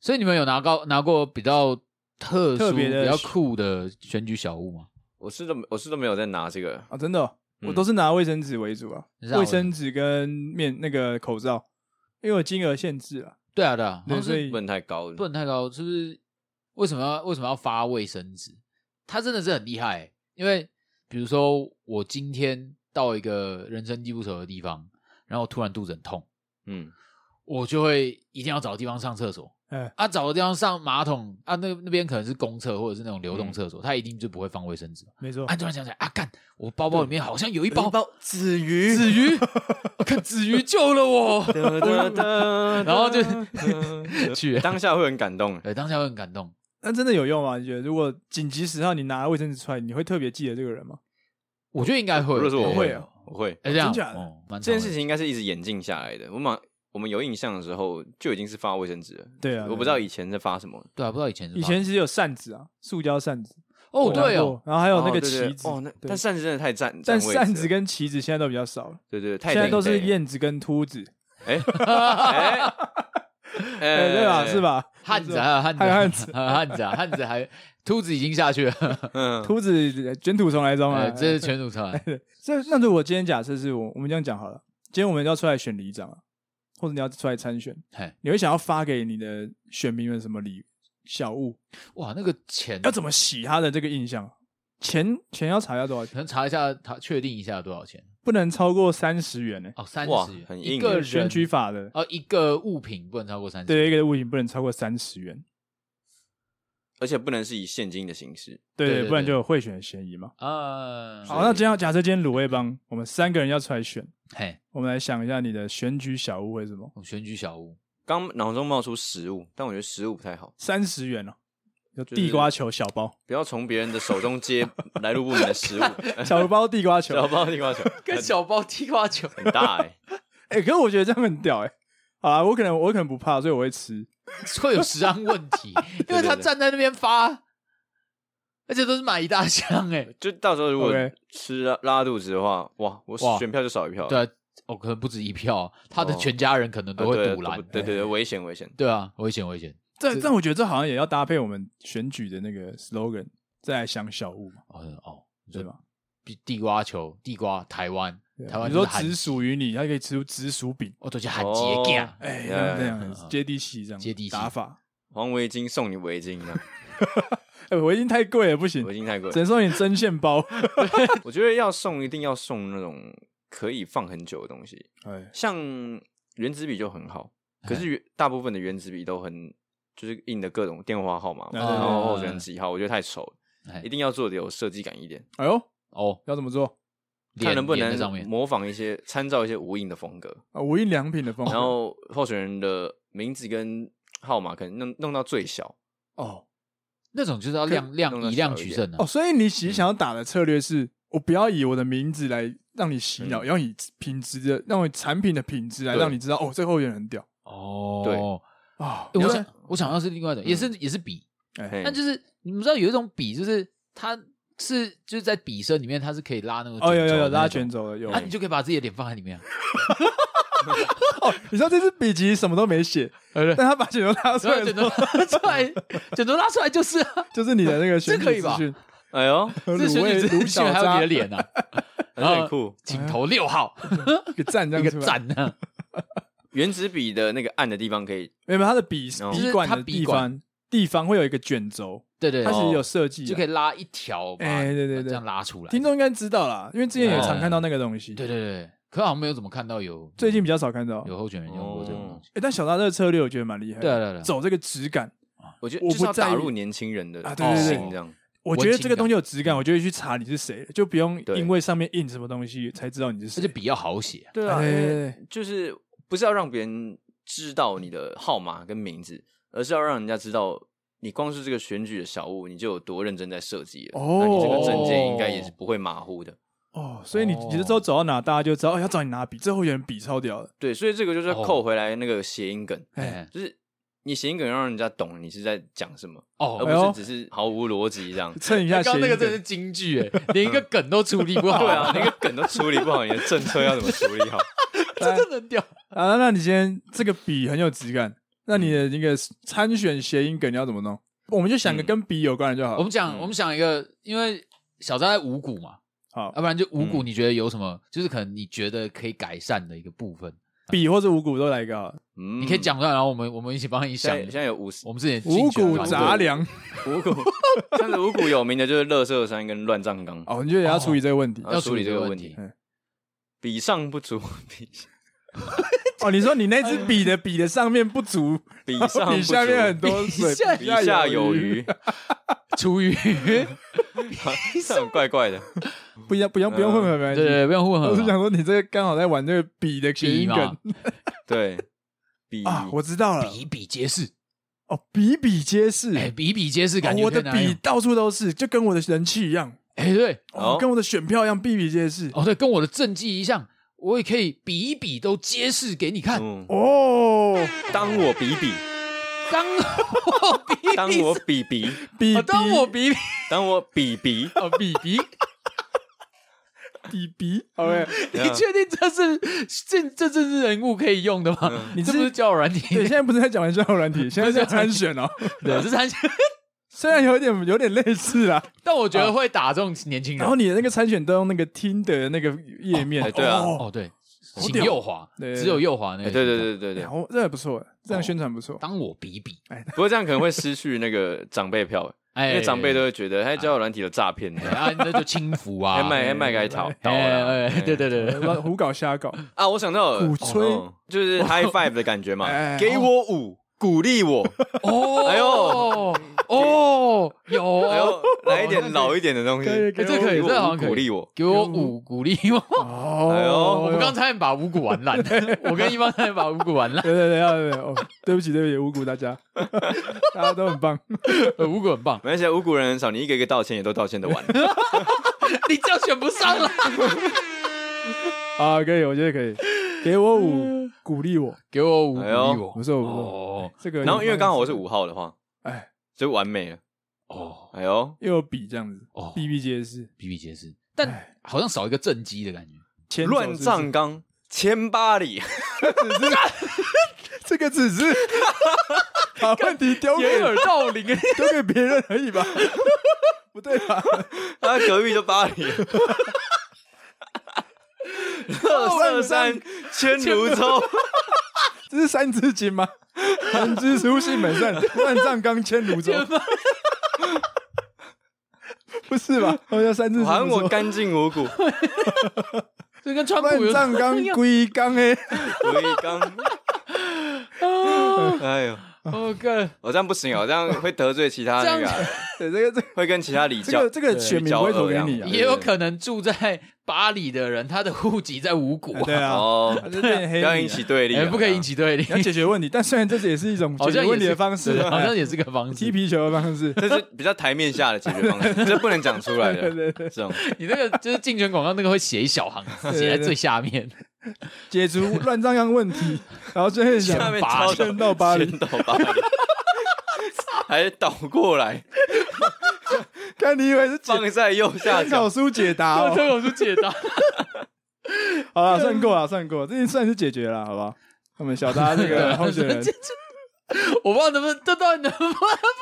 [SPEAKER 3] 所以你们有拿高拿过比较特殊、
[SPEAKER 1] 特别的
[SPEAKER 3] 比较酷的选举小物吗？
[SPEAKER 2] 我是都我是都没有在拿这个，
[SPEAKER 1] 啊，真的哦、
[SPEAKER 2] 嗯
[SPEAKER 1] 我都是拿卫生纸为主啊，
[SPEAKER 3] 你知道
[SPEAKER 1] 卫生纸跟面那个口罩，因为我金额限制啊，
[SPEAKER 3] 对啊，对啊，好
[SPEAKER 1] 对，
[SPEAKER 3] 像
[SPEAKER 1] 所
[SPEAKER 3] 是
[SPEAKER 1] 以
[SPEAKER 2] 不能太高了。
[SPEAKER 3] 不能太高，是不是？为什么要为什么要发卫生纸？他真的是很厉害欸、因为比如说我今天到一个人生地不熟的地方，然后突然肚子很痛，
[SPEAKER 2] 嗯，
[SPEAKER 3] 我就会一定要找地方上厕所。
[SPEAKER 1] 嗯
[SPEAKER 3] 啊，找个地方上马桶啊，那那边可能是公厕或者是那种流动厕所，他一定就不会放卫生纸。
[SPEAKER 1] 没错
[SPEAKER 3] 啊，，突然想起来啊，干，我包包里面好像有一包
[SPEAKER 2] 包子鱼，
[SPEAKER 3] 子鱼，看子鱼救了我，
[SPEAKER 2] 然
[SPEAKER 3] 然 后就 去
[SPEAKER 2] 当下会很感动。
[SPEAKER 3] 对，当下会很感动。
[SPEAKER 1] 那真的有用吗？啊你觉得如果紧急时刻你拿卫生纸出来，你会特别记得这个人吗？
[SPEAKER 3] 我觉得应该会，
[SPEAKER 2] 如果是我
[SPEAKER 1] 会
[SPEAKER 2] 会
[SPEAKER 1] 啊，
[SPEAKER 2] 我会
[SPEAKER 3] 哎，这样
[SPEAKER 1] 真假的
[SPEAKER 3] 哦，蛮
[SPEAKER 2] 这件
[SPEAKER 3] 长
[SPEAKER 2] 事
[SPEAKER 3] 的
[SPEAKER 2] 情应该是一直演进下来的。我们我们有印象的时候就已经是发卫生纸了。
[SPEAKER 1] 对啊，
[SPEAKER 2] 我不知道以前在发什么。
[SPEAKER 3] 对啊，不知道以前是
[SPEAKER 1] 以
[SPEAKER 3] 吧
[SPEAKER 1] 前其实有扇子啊，塑胶扇子，
[SPEAKER 3] 哦，
[SPEAKER 1] 我拿
[SPEAKER 3] 对哦
[SPEAKER 1] 过，，然后还有那个
[SPEAKER 2] 哦对对
[SPEAKER 1] 旗子，
[SPEAKER 2] 哦，那
[SPEAKER 1] 对
[SPEAKER 2] 但扇子真的太占，
[SPEAKER 1] 但
[SPEAKER 2] 占位
[SPEAKER 1] 扇
[SPEAKER 2] 置
[SPEAKER 1] 子
[SPEAKER 2] 了
[SPEAKER 1] 跟旗子现在都比较少了，
[SPEAKER 2] 对对，太
[SPEAKER 1] 现在都
[SPEAKER 2] 累
[SPEAKER 1] 是
[SPEAKER 2] 了
[SPEAKER 1] 燕子跟秃子。
[SPEAKER 2] 哎哎
[SPEAKER 1] 哎
[SPEAKER 2] 对
[SPEAKER 1] 对吧？是？吧？
[SPEAKER 3] 汉子还有汉子，
[SPEAKER 1] 还有汉子
[SPEAKER 3] 还有 汉子啊，汉子还秃子已经下去 了，
[SPEAKER 2] 嗯，
[SPEAKER 1] 秃子卷土重来中啊
[SPEAKER 3] 呃，，这是全组成。
[SPEAKER 1] 这那如果今天假设是我，我们这样讲好了，今天我们要出来选里长啊，或者你要出来参选
[SPEAKER 3] 嘿，
[SPEAKER 1] 你会想要发给你的选民们什么礼小物？
[SPEAKER 3] 哇，那个钱
[SPEAKER 1] 要怎么洗他的这个印象？钱钱要查一下多少
[SPEAKER 3] 可
[SPEAKER 1] 钱？
[SPEAKER 3] 能查一下，他确定一下多少钱
[SPEAKER 1] 不能超过三十元呢、
[SPEAKER 3] 哦，三
[SPEAKER 2] 哇
[SPEAKER 3] 十
[SPEAKER 2] 很硬欸
[SPEAKER 3] 一个
[SPEAKER 2] 耶
[SPEAKER 3] 人
[SPEAKER 1] 选举法的，
[SPEAKER 3] 哦，一个物品不能超过三十，
[SPEAKER 1] 对一个物品不能超过三十元，
[SPEAKER 2] 而且不能是以现金的形式。
[SPEAKER 1] 对
[SPEAKER 3] 对对
[SPEAKER 1] 不然就有贿选的嫌疑嘛。
[SPEAKER 3] 啊，
[SPEAKER 1] 好，那今天假设今天卤味帮我们三个人要出来选，
[SPEAKER 3] 嘿，
[SPEAKER 1] 我们来想一下你的选举小物会是什么？
[SPEAKER 3] 我们选举小屋，
[SPEAKER 2] 刚脑中冒出食物，但我觉得食物不太好，
[SPEAKER 1] 三十元哦、有
[SPEAKER 2] 是
[SPEAKER 1] 地瓜球小包，
[SPEAKER 2] 不要从别人的手中 接来路不明的食物。
[SPEAKER 1] 小包地瓜球，
[SPEAKER 2] 小包地瓜球
[SPEAKER 3] 跟
[SPEAKER 2] 很
[SPEAKER 3] 小包地瓜球，
[SPEAKER 2] 很大哎，
[SPEAKER 1] 哎、可是我觉得这样很屌哎、好啊，我可能我可能不怕，所以我会吃。
[SPEAKER 3] 会有食安问 题，因为他站在那边发，而且都是买一大箱哎、
[SPEAKER 2] 就到时候如果
[SPEAKER 1] OK
[SPEAKER 2] 吃拉拉肚子的话，哇，我
[SPEAKER 3] 哇
[SPEAKER 2] 选票就少一票了。
[SPEAKER 3] 对啊，哦，可能不止一票，他的
[SPEAKER 2] 哦
[SPEAKER 3] 全家人可能
[SPEAKER 2] 啊，
[SPEAKER 3] 都会
[SPEAKER 2] 对
[SPEAKER 3] 堵拦、哎
[SPEAKER 2] 对对对，危险危险。
[SPEAKER 3] 对啊，危险危险
[SPEAKER 1] 但但我觉得这好像也要搭配我们选举的那个 slogan，再来想小物嘛，
[SPEAKER 3] 哦哦，
[SPEAKER 1] 对吧？
[SPEAKER 3] 地地瓜球，地瓜台湾，
[SPEAKER 1] 对啊
[SPEAKER 3] 台湾
[SPEAKER 1] 你
[SPEAKER 3] 就
[SPEAKER 1] 说
[SPEAKER 3] 是韩
[SPEAKER 1] 只属于你，它可以吃出紫薯饼，
[SPEAKER 3] 哦，对，就喊
[SPEAKER 2] 哦
[SPEAKER 3] 节假，
[SPEAKER 1] 哎、
[SPEAKER 2] 对
[SPEAKER 1] 这样这
[SPEAKER 3] 嗯
[SPEAKER 1] 样
[SPEAKER 3] 嗯
[SPEAKER 1] 接地气，这样
[SPEAKER 3] 接地气
[SPEAKER 1] 打法。
[SPEAKER 2] 黄围巾送你围巾 啊，
[SPEAKER 1] 哎、我已经太贵了，不行，
[SPEAKER 2] 围巾太贵
[SPEAKER 1] 只。能送你针线包。
[SPEAKER 2] 我觉得要送一定要送那种可以放很久的东西，
[SPEAKER 1] 哎，
[SPEAKER 2] 像原子笔就很好，可
[SPEAKER 3] 哎
[SPEAKER 2] 是原大部分的原子笔都很就是印的各种电话号码，
[SPEAKER 1] 对
[SPEAKER 2] 然后
[SPEAKER 3] 对对
[SPEAKER 2] 候选人几号，我觉得太丑了，
[SPEAKER 3] 哎
[SPEAKER 2] 一定要做的有设计感一点，
[SPEAKER 1] 哎呦，
[SPEAKER 3] 哦，
[SPEAKER 1] 要怎么做？
[SPEAKER 2] 看
[SPEAKER 3] 脸
[SPEAKER 2] 能不
[SPEAKER 3] 脸在上面
[SPEAKER 2] 能模仿一些参照一些无印的风格，
[SPEAKER 1] 啊，无印良品的风格。
[SPEAKER 2] 然后候选人的名字跟号码可能弄弄到最小，
[SPEAKER 1] 哦
[SPEAKER 3] 那种就是要量
[SPEAKER 2] 弄
[SPEAKER 3] 量
[SPEAKER 2] 得
[SPEAKER 3] 以量
[SPEAKER 2] 小一
[SPEAKER 3] 取
[SPEAKER 2] 点
[SPEAKER 3] 胜的、
[SPEAKER 1] 哦，所以你其实想要打的策略是，我不要以我的名字来让你洗脑，
[SPEAKER 2] 嗯
[SPEAKER 1] 要以品质的，让我产品的品质来
[SPEAKER 2] 对
[SPEAKER 1] 让你知道，哦，这后援很屌
[SPEAKER 3] 哦
[SPEAKER 2] 对嗯
[SPEAKER 1] 啊。
[SPEAKER 3] 欸我
[SPEAKER 1] 原
[SPEAKER 3] 想
[SPEAKER 1] 来
[SPEAKER 3] 我想要是另外一种，也是也是笔，
[SPEAKER 1] 哎
[SPEAKER 2] 嘿
[SPEAKER 3] 但就是你们知道有一种笔，就是它是就是在笔身里面，它是可以拉那个
[SPEAKER 1] 哦，有有有拉
[SPEAKER 3] 卷
[SPEAKER 1] 卷
[SPEAKER 3] 轴
[SPEAKER 1] 轴的有
[SPEAKER 3] 的那种，啊，你就可以把自己的脸放在里面 啊，
[SPEAKER 1] 哦，你知道这支笔记什么都没写，
[SPEAKER 3] 对
[SPEAKER 1] 但他把卷轴拉出
[SPEAKER 3] 然
[SPEAKER 1] 来
[SPEAKER 3] 后，卷轴拉出来，卷轴拉出来就是啊，
[SPEAKER 1] 就是你的那个选
[SPEAKER 3] 这可
[SPEAKER 1] 举
[SPEAKER 3] 以
[SPEAKER 1] 资
[SPEAKER 3] 吧
[SPEAKER 1] 讯，
[SPEAKER 2] 哎呦，
[SPEAKER 1] 和
[SPEAKER 3] 这
[SPEAKER 1] 卤
[SPEAKER 3] 选
[SPEAKER 1] 味
[SPEAKER 3] 举
[SPEAKER 1] 卤
[SPEAKER 3] 资
[SPEAKER 1] 小
[SPEAKER 3] 讯还有你
[SPEAKER 1] 渣
[SPEAKER 3] 的脸 啊，
[SPEAKER 2] 很
[SPEAKER 3] 然
[SPEAKER 1] 哎
[SPEAKER 2] 很
[SPEAKER 3] 后
[SPEAKER 2] 酷。
[SPEAKER 3] 镜头六号
[SPEAKER 1] 一个赞这
[SPEAKER 3] 一
[SPEAKER 1] 样
[SPEAKER 3] 个
[SPEAKER 1] 出来，
[SPEAKER 3] 赞 啊呢，
[SPEAKER 2] 原子笔的那个按的地方可以，
[SPEAKER 1] 没有没有它的笔
[SPEAKER 2] 哦
[SPEAKER 1] 笔管
[SPEAKER 3] 就是它
[SPEAKER 1] 的
[SPEAKER 3] 笔
[SPEAKER 1] 地
[SPEAKER 3] 管
[SPEAKER 1] 方地方会有一个卷轴，
[SPEAKER 3] 对对
[SPEAKER 1] 它
[SPEAKER 3] 对
[SPEAKER 1] 其实有设计啊，
[SPEAKER 3] 就可以拉一条，把
[SPEAKER 1] 哎对对对
[SPEAKER 3] 这样拉出来，
[SPEAKER 1] 听众应该知道啦，因为之前也常看到那个东西，
[SPEAKER 3] 哦对对对，可好像没有怎么看到有
[SPEAKER 1] 最近比较少看到。
[SPEAKER 3] 有候选人用过这种东西，
[SPEAKER 1] 哎，但小达这个策略我觉得蛮厉害的，
[SPEAKER 3] 对啊对啊对啊
[SPEAKER 1] 走这个质感，
[SPEAKER 2] 我觉得
[SPEAKER 1] 我
[SPEAKER 2] 就是
[SPEAKER 1] 不
[SPEAKER 2] 要
[SPEAKER 1] 在
[SPEAKER 2] 打
[SPEAKER 1] 意
[SPEAKER 2] 入年轻人的
[SPEAKER 1] 啊对对
[SPEAKER 3] 对
[SPEAKER 2] 心这样。
[SPEAKER 1] 我觉得这个东西有质感，我就会去查你是谁，就不用
[SPEAKER 2] 对
[SPEAKER 1] 因为上面印什么东西才知道你是
[SPEAKER 3] 而
[SPEAKER 1] 谁
[SPEAKER 3] 且。笔要好写啊，
[SPEAKER 2] 对
[SPEAKER 1] 啊
[SPEAKER 2] 啊，
[SPEAKER 1] 对对对
[SPEAKER 2] 因为就是不是要让别人知道你的号码跟名字，而是要让人家知道你光是这个选举的小物，你就有多认真在设计了。
[SPEAKER 1] 哦
[SPEAKER 2] 那你这个证件应该也是不会马虎的。
[SPEAKER 1] 哦，所以你你这时候走到哪，大家就知道哦要找你拿笔，这候选人笔超屌的。
[SPEAKER 2] 对，所以这个就是要
[SPEAKER 3] 哦
[SPEAKER 2] 扣回来那个谐音梗，
[SPEAKER 1] 哎
[SPEAKER 3] 哎，
[SPEAKER 2] 就是你谐音梗要让人家懂你是在讲什么，
[SPEAKER 3] 哦
[SPEAKER 2] 而
[SPEAKER 1] 哎呦。
[SPEAKER 2] 不是只是毫无逻辑这样
[SPEAKER 1] 蹭一下
[SPEAKER 3] 刚
[SPEAKER 1] 谐音
[SPEAKER 3] 哎
[SPEAKER 1] 梗，
[SPEAKER 3] 刚那个真的是京剧哎， 连一个梗都处理不好，
[SPEAKER 2] 对啊， 那个梗都处理不好，你的政策要怎么处理好？
[SPEAKER 3] 真的能 掉。
[SPEAKER 1] 啊，那那你今天这个笔很有质感，那你的那个参选谐音梗你要怎么弄？我们就想个
[SPEAKER 2] 嗯
[SPEAKER 1] 跟笔有关的就好
[SPEAKER 3] 我
[SPEAKER 1] 了。
[SPEAKER 3] 们讲，
[SPEAKER 2] 嗯
[SPEAKER 3] 我们想一个，因为小张在五股嘛，
[SPEAKER 1] 好
[SPEAKER 3] 要，不然就五
[SPEAKER 1] 嗯
[SPEAKER 3] 股，你觉得有什么？就是可能你觉得可以改善的一个部分，
[SPEAKER 1] 笔或者五谷都来一个好了。
[SPEAKER 2] 嗯，
[SPEAKER 3] 你可以。讲哦出来，然后我们我们一起帮你
[SPEAKER 2] 现
[SPEAKER 3] 想
[SPEAKER 2] 在。现在有五十
[SPEAKER 3] 我们之前
[SPEAKER 1] 五谷
[SPEAKER 3] 杂
[SPEAKER 1] 杂粮
[SPEAKER 2] 五股，像是五股有名的就是乐色山跟乱葬岗，
[SPEAKER 1] 哦，你就也要处理这个问题
[SPEAKER 3] 哦
[SPEAKER 2] 要处理这个问题
[SPEAKER 1] 啊
[SPEAKER 3] 要处理这个问题，
[SPEAKER 2] 比上不足，比
[SPEAKER 1] 哦。你说你那支笔的笔的上面不足，
[SPEAKER 2] 比
[SPEAKER 1] 然
[SPEAKER 2] 上
[SPEAKER 1] 后
[SPEAKER 2] 不
[SPEAKER 1] 笔下面很
[SPEAKER 2] 足，
[SPEAKER 1] 多水，
[SPEAKER 3] 下
[SPEAKER 2] 比下有余，
[SPEAKER 3] 厨余， 对
[SPEAKER 2] 这很怪怪的。
[SPEAKER 1] 不要不用不用混合没关
[SPEAKER 3] 对
[SPEAKER 1] 系。
[SPEAKER 3] 对，不用混合
[SPEAKER 1] 我是
[SPEAKER 3] 嘛
[SPEAKER 1] 想，说你这个刚好在玩这个笔的谐
[SPEAKER 3] 比
[SPEAKER 1] 音
[SPEAKER 3] 嗯嘛
[SPEAKER 1] 梗，
[SPEAKER 2] 对，比
[SPEAKER 1] 啊，我知道了
[SPEAKER 3] 比比皆是，
[SPEAKER 1] 哦，比比皆是。
[SPEAKER 3] 哎，比比皆是，
[SPEAKER 1] 哦
[SPEAKER 3] 感觉
[SPEAKER 1] 我
[SPEAKER 3] 可
[SPEAKER 1] 的
[SPEAKER 3] 以拿来
[SPEAKER 1] 笔
[SPEAKER 3] 用，
[SPEAKER 1] 到处都是，就跟我的人气一样，
[SPEAKER 3] 哎，对，
[SPEAKER 1] 哦
[SPEAKER 2] 哦，
[SPEAKER 1] 跟我的选票一样，比比皆是。
[SPEAKER 3] 哦对，跟我的政绩一样，我也可以比一比，都揭示给你看。
[SPEAKER 2] 嗯，
[SPEAKER 1] 哦，
[SPEAKER 2] 当我比比，
[SPEAKER 3] 当我比比，
[SPEAKER 2] 当我比比，
[SPEAKER 1] 比
[SPEAKER 3] 哦当我
[SPEAKER 1] 比
[SPEAKER 3] 比比，
[SPEAKER 2] 当我比比，
[SPEAKER 3] 哦比比，
[SPEAKER 1] 底鼻，OK，
[SPEAKER 3] 你
[SPEAKER 2] 对啊
[SPEAKER 3] 确定这是这这政治人物可以用的吗？
[SPEAKER 1] 嗯你
[SPEAKER 3] 这
[SPEAKER 1] 是
[SPEAKER 3] 不是交友软体？
[SPEAKER 1] 对，现在不是在讲玩交友软 体，现在在
[SPEAKER 3] 不是
[SPEAKER 1] 参选哦。
[SPEAKER 3] 对，这是 啊参选，
[SPEAKER 1] 虽然有点有点类似 啦，
[SPEAKER 3] 但我觉得会打中年轻人。
[SPEAKER 1] 然后你的那个参选都用那个听的那个页面，
[SPEAKER 2] 哎对啊
[SPEAKER 1] 哦
[SPEAKER 3] 哦，对，
[SPEAKER 1] 好
[SPEAKER 3] 请
[SPEAKER 1] 屌
[SPEAKER 3] 右滑，
[SPEAKER 1] 对
[SPEAKER 3] 只有右滑那
[SPEAKER 2] 哎
[SPEAKER 3] 个。
[SPEAKER 2] 对对，对对对
[SPEAKER 1] 然，后这还不错，这样宣传不错。
[SPEAKER 3] 当我比比，
[SPEAKER 2] 不过这样可能会失去那个长辈票，因
[SPEAKER 3] 哎，
[SPEAKER 2] 为长辈都会觉得，哎，交友软体有诈骗，
[SPEAKER 3] 哎啊，那就轻浮 啊，
[SPEAKER 2] 还卖还卖给讨到
[SPEAKER 3] 哎
[SPEAKER 2] 了
[SPEAKER 3] 哎，对对对，对
[SPEAKER 1] 胡搞瞎搞，
[SPEAKER 3] 哦
[SPEAKER 2] 啊！我想到了
[SPEAKER 1] 鼓吹
[SPEAKER 2] 哦就是 high five 的感觉嘛
[SPEAKER 1] 哎，
[SPEAKER 2] 给我五，鼓励我，
[SPEAKER 3] 哦，
[SPEAKER 2] 哎呦
[SPEAKER 3] 哦，有，
[SPEAKER 2] 还有来一点老一点的东西，
[SPEAKER 1] 可以可以
[SPEAKER 3] 哎这可以
[SPEAKER 2] 给我五
[SPEAKER 3] 这好像可以
[SPEAKER 2] 鼓励我，
[SPEAKER 3] 给我五鼓励我。
[SPEAKER 2] 哎呦
[SPEAKER 1] 哦，
[SPEAKER 3] 我们刚才也把五谷玩烂，我跟一方差点把五谷玩 烂，
[SPEAKER 1] 对对对对对，哦，对不起对不起，无辜大家， 大家都很棒。
[SPEAKER 3] 呃五谷很棒，
[SPEAKER 2] 没关系，五谷人很少，你一个一个道歉也都道歉的完。
[SPEAKER 3] 你这样选不上了，
[SPEAKER 1] 啊，可以，我觉得可以，给我五，鼓励我，
[SPEAKER 3] 给我五鼓
[SPEAKER 2] 哎
[SPEAKER 3] 励
[SPEAKER 2] 呦
[SPEAKER 3] 我
[SPEAKER 1] 不，错不错。
[SPEAKER 3] 哦
[SPEAKER 1] 这个，
[SPEAKER 2] 然后因为刚好我是，五号的话，
[SPEAKER 1] 哎，
[SPEAKER 2] 就完美了。
[SPEAKER 3] 哦
[SPEAKER 2] 哎呦，
[SPEAKER 1] 又有比这样子
[SPEAKER 3] 哦
[SPEAKER 1] 比比皆是，
[SPEAKER 3] 比比皆是，但好像少一个正机的感觉。
[SPEAKER 1] 前手
[SPEAKER 2] 乱
[SPEAKER 1] 是不是
[SPEAKER 2] 葬岗千八里，
[SPEAKER 1] 这个只 是把问题丢给
[SPEAKER 3] 道理，
[SPEAKER 1] 丢给别人而已吧？ 不对吧？
[SPEAKER 2] 他隔壁就巴黎。乐色山千如舟，
[SPEAKER 1] 这是三字经吗？人之初性本善，万丈冈千炉 舟。不是吧？我叫三字经
[SPEAKER 2] 还
[SPEAKER 1] 不是
[SPEAKER 2] 我
[SPEAKER 1] 吗。
[SPEAKER 2] 干净五谷，
[SPEAKER 3] 这跟川普
[SPEAKER 1] 乱
[SPEAKER 3] 有
[SPEAKER 1] 葬岗归岗诶，
[SPEAKER 2] 回刚。 哎呦，
[SPEAKER 3] 我干，
[SPEAKER 2] 我这样不行哦，这样会得罪其他那
[SPEAKER 3] 这
[SPEAKER 2] 个
[SPEAKER 3] 样
[SPEAKER 2] 啊，
[SPEAKER 1] 对这个
[SPEAKER 2] 会跟其他 礼
[SPEAKER 1] 这
[SPEAKER 2] 教
[SPEAKER 1] 个。这个这个选民不会投给你啊
[SPEAKER 2] 对。
[SPEAKER 3] 也有可能住在巴黎的人，他的户籍在五谷啊，
[SPEAKER 1] 对啊，
[SPEAKER 2] 哦，
[SPEAKER 1] 他就变
[SPEAKER 2] 不
[SPEAKER 1] 黑
[SPEAKER 2] 要
[SPEAKER 1] 你
[SPEAKER 2] 引
[SPEAKER 1] 啊
[SPEAKER 2] 起。对立
[SPEAKER 3] 哎，
[SPEAKER 2] 啊，
[SPEAKER 3] 不可以引起对立
[SPEAKER 1] 你，要解决问题，但虽然这也是一种
[SPEAKER 3] 好
[SPEAKER 1] 解决
[SPEAKER 3] 像也
[SPEAKER 1] 问题
[SPEAKER 3] 是
[SPEAKER 1] 的方式
[SPEAKER 3] 对，好像
[SPEAKER 1] 哎
[SPEAKER 3] 也是个方
[SPEAKER 1] 踢
[SPEAKER 3] 式。
[SPEAKER 1] 皮球的方 式。
[SPEAKER 2] 这是比较台面下的解决 方式，这不能讲出来
[SPEAKER 1] 对。
[SPEAKER 2] 的
[SPEAKER 1] 对对，
[SPEAKER 2] 这种
[SPEAKER 3] 你那个就是竞选广告那个会写一小 行字，
[SPEAKER 1] 对
[SPEAKER 3] 写在最下 面，
[SPEAKER 1] 解除乱葬岗问题，然后最后
[SPEAKER 2] 下
[SPEAKER 1] 想
[SPEAKER 2] 面
[SPEAKER 3] 巴
[SPEAKER 2] 超
[SPEAKER 3] 黎
[SPEAKER 1] 先到巴黎
[SPEAKER 2] 先到巴黎， 还倒过 来
[SPEAKER 1] 看你以为是解
[SPEAKER 2] 放在右下
[SPEAKER 1] 参考
[SPEAKER 2] 角，
[SPEAKER 1] 书解答
[SPEAKER 3] 这
[SPEAKER 1] 哦。
[SPEAKER 3] 这我是解 答。
[SPEAKER 1] 好了，算过了，算过了，这已经算是解决了，好不好？我们小搭这
[SPEAKER 3] 啊
[SPEAKER 1] 个候选人
[SPEAKER 3] 我不知道能不能，这到底能不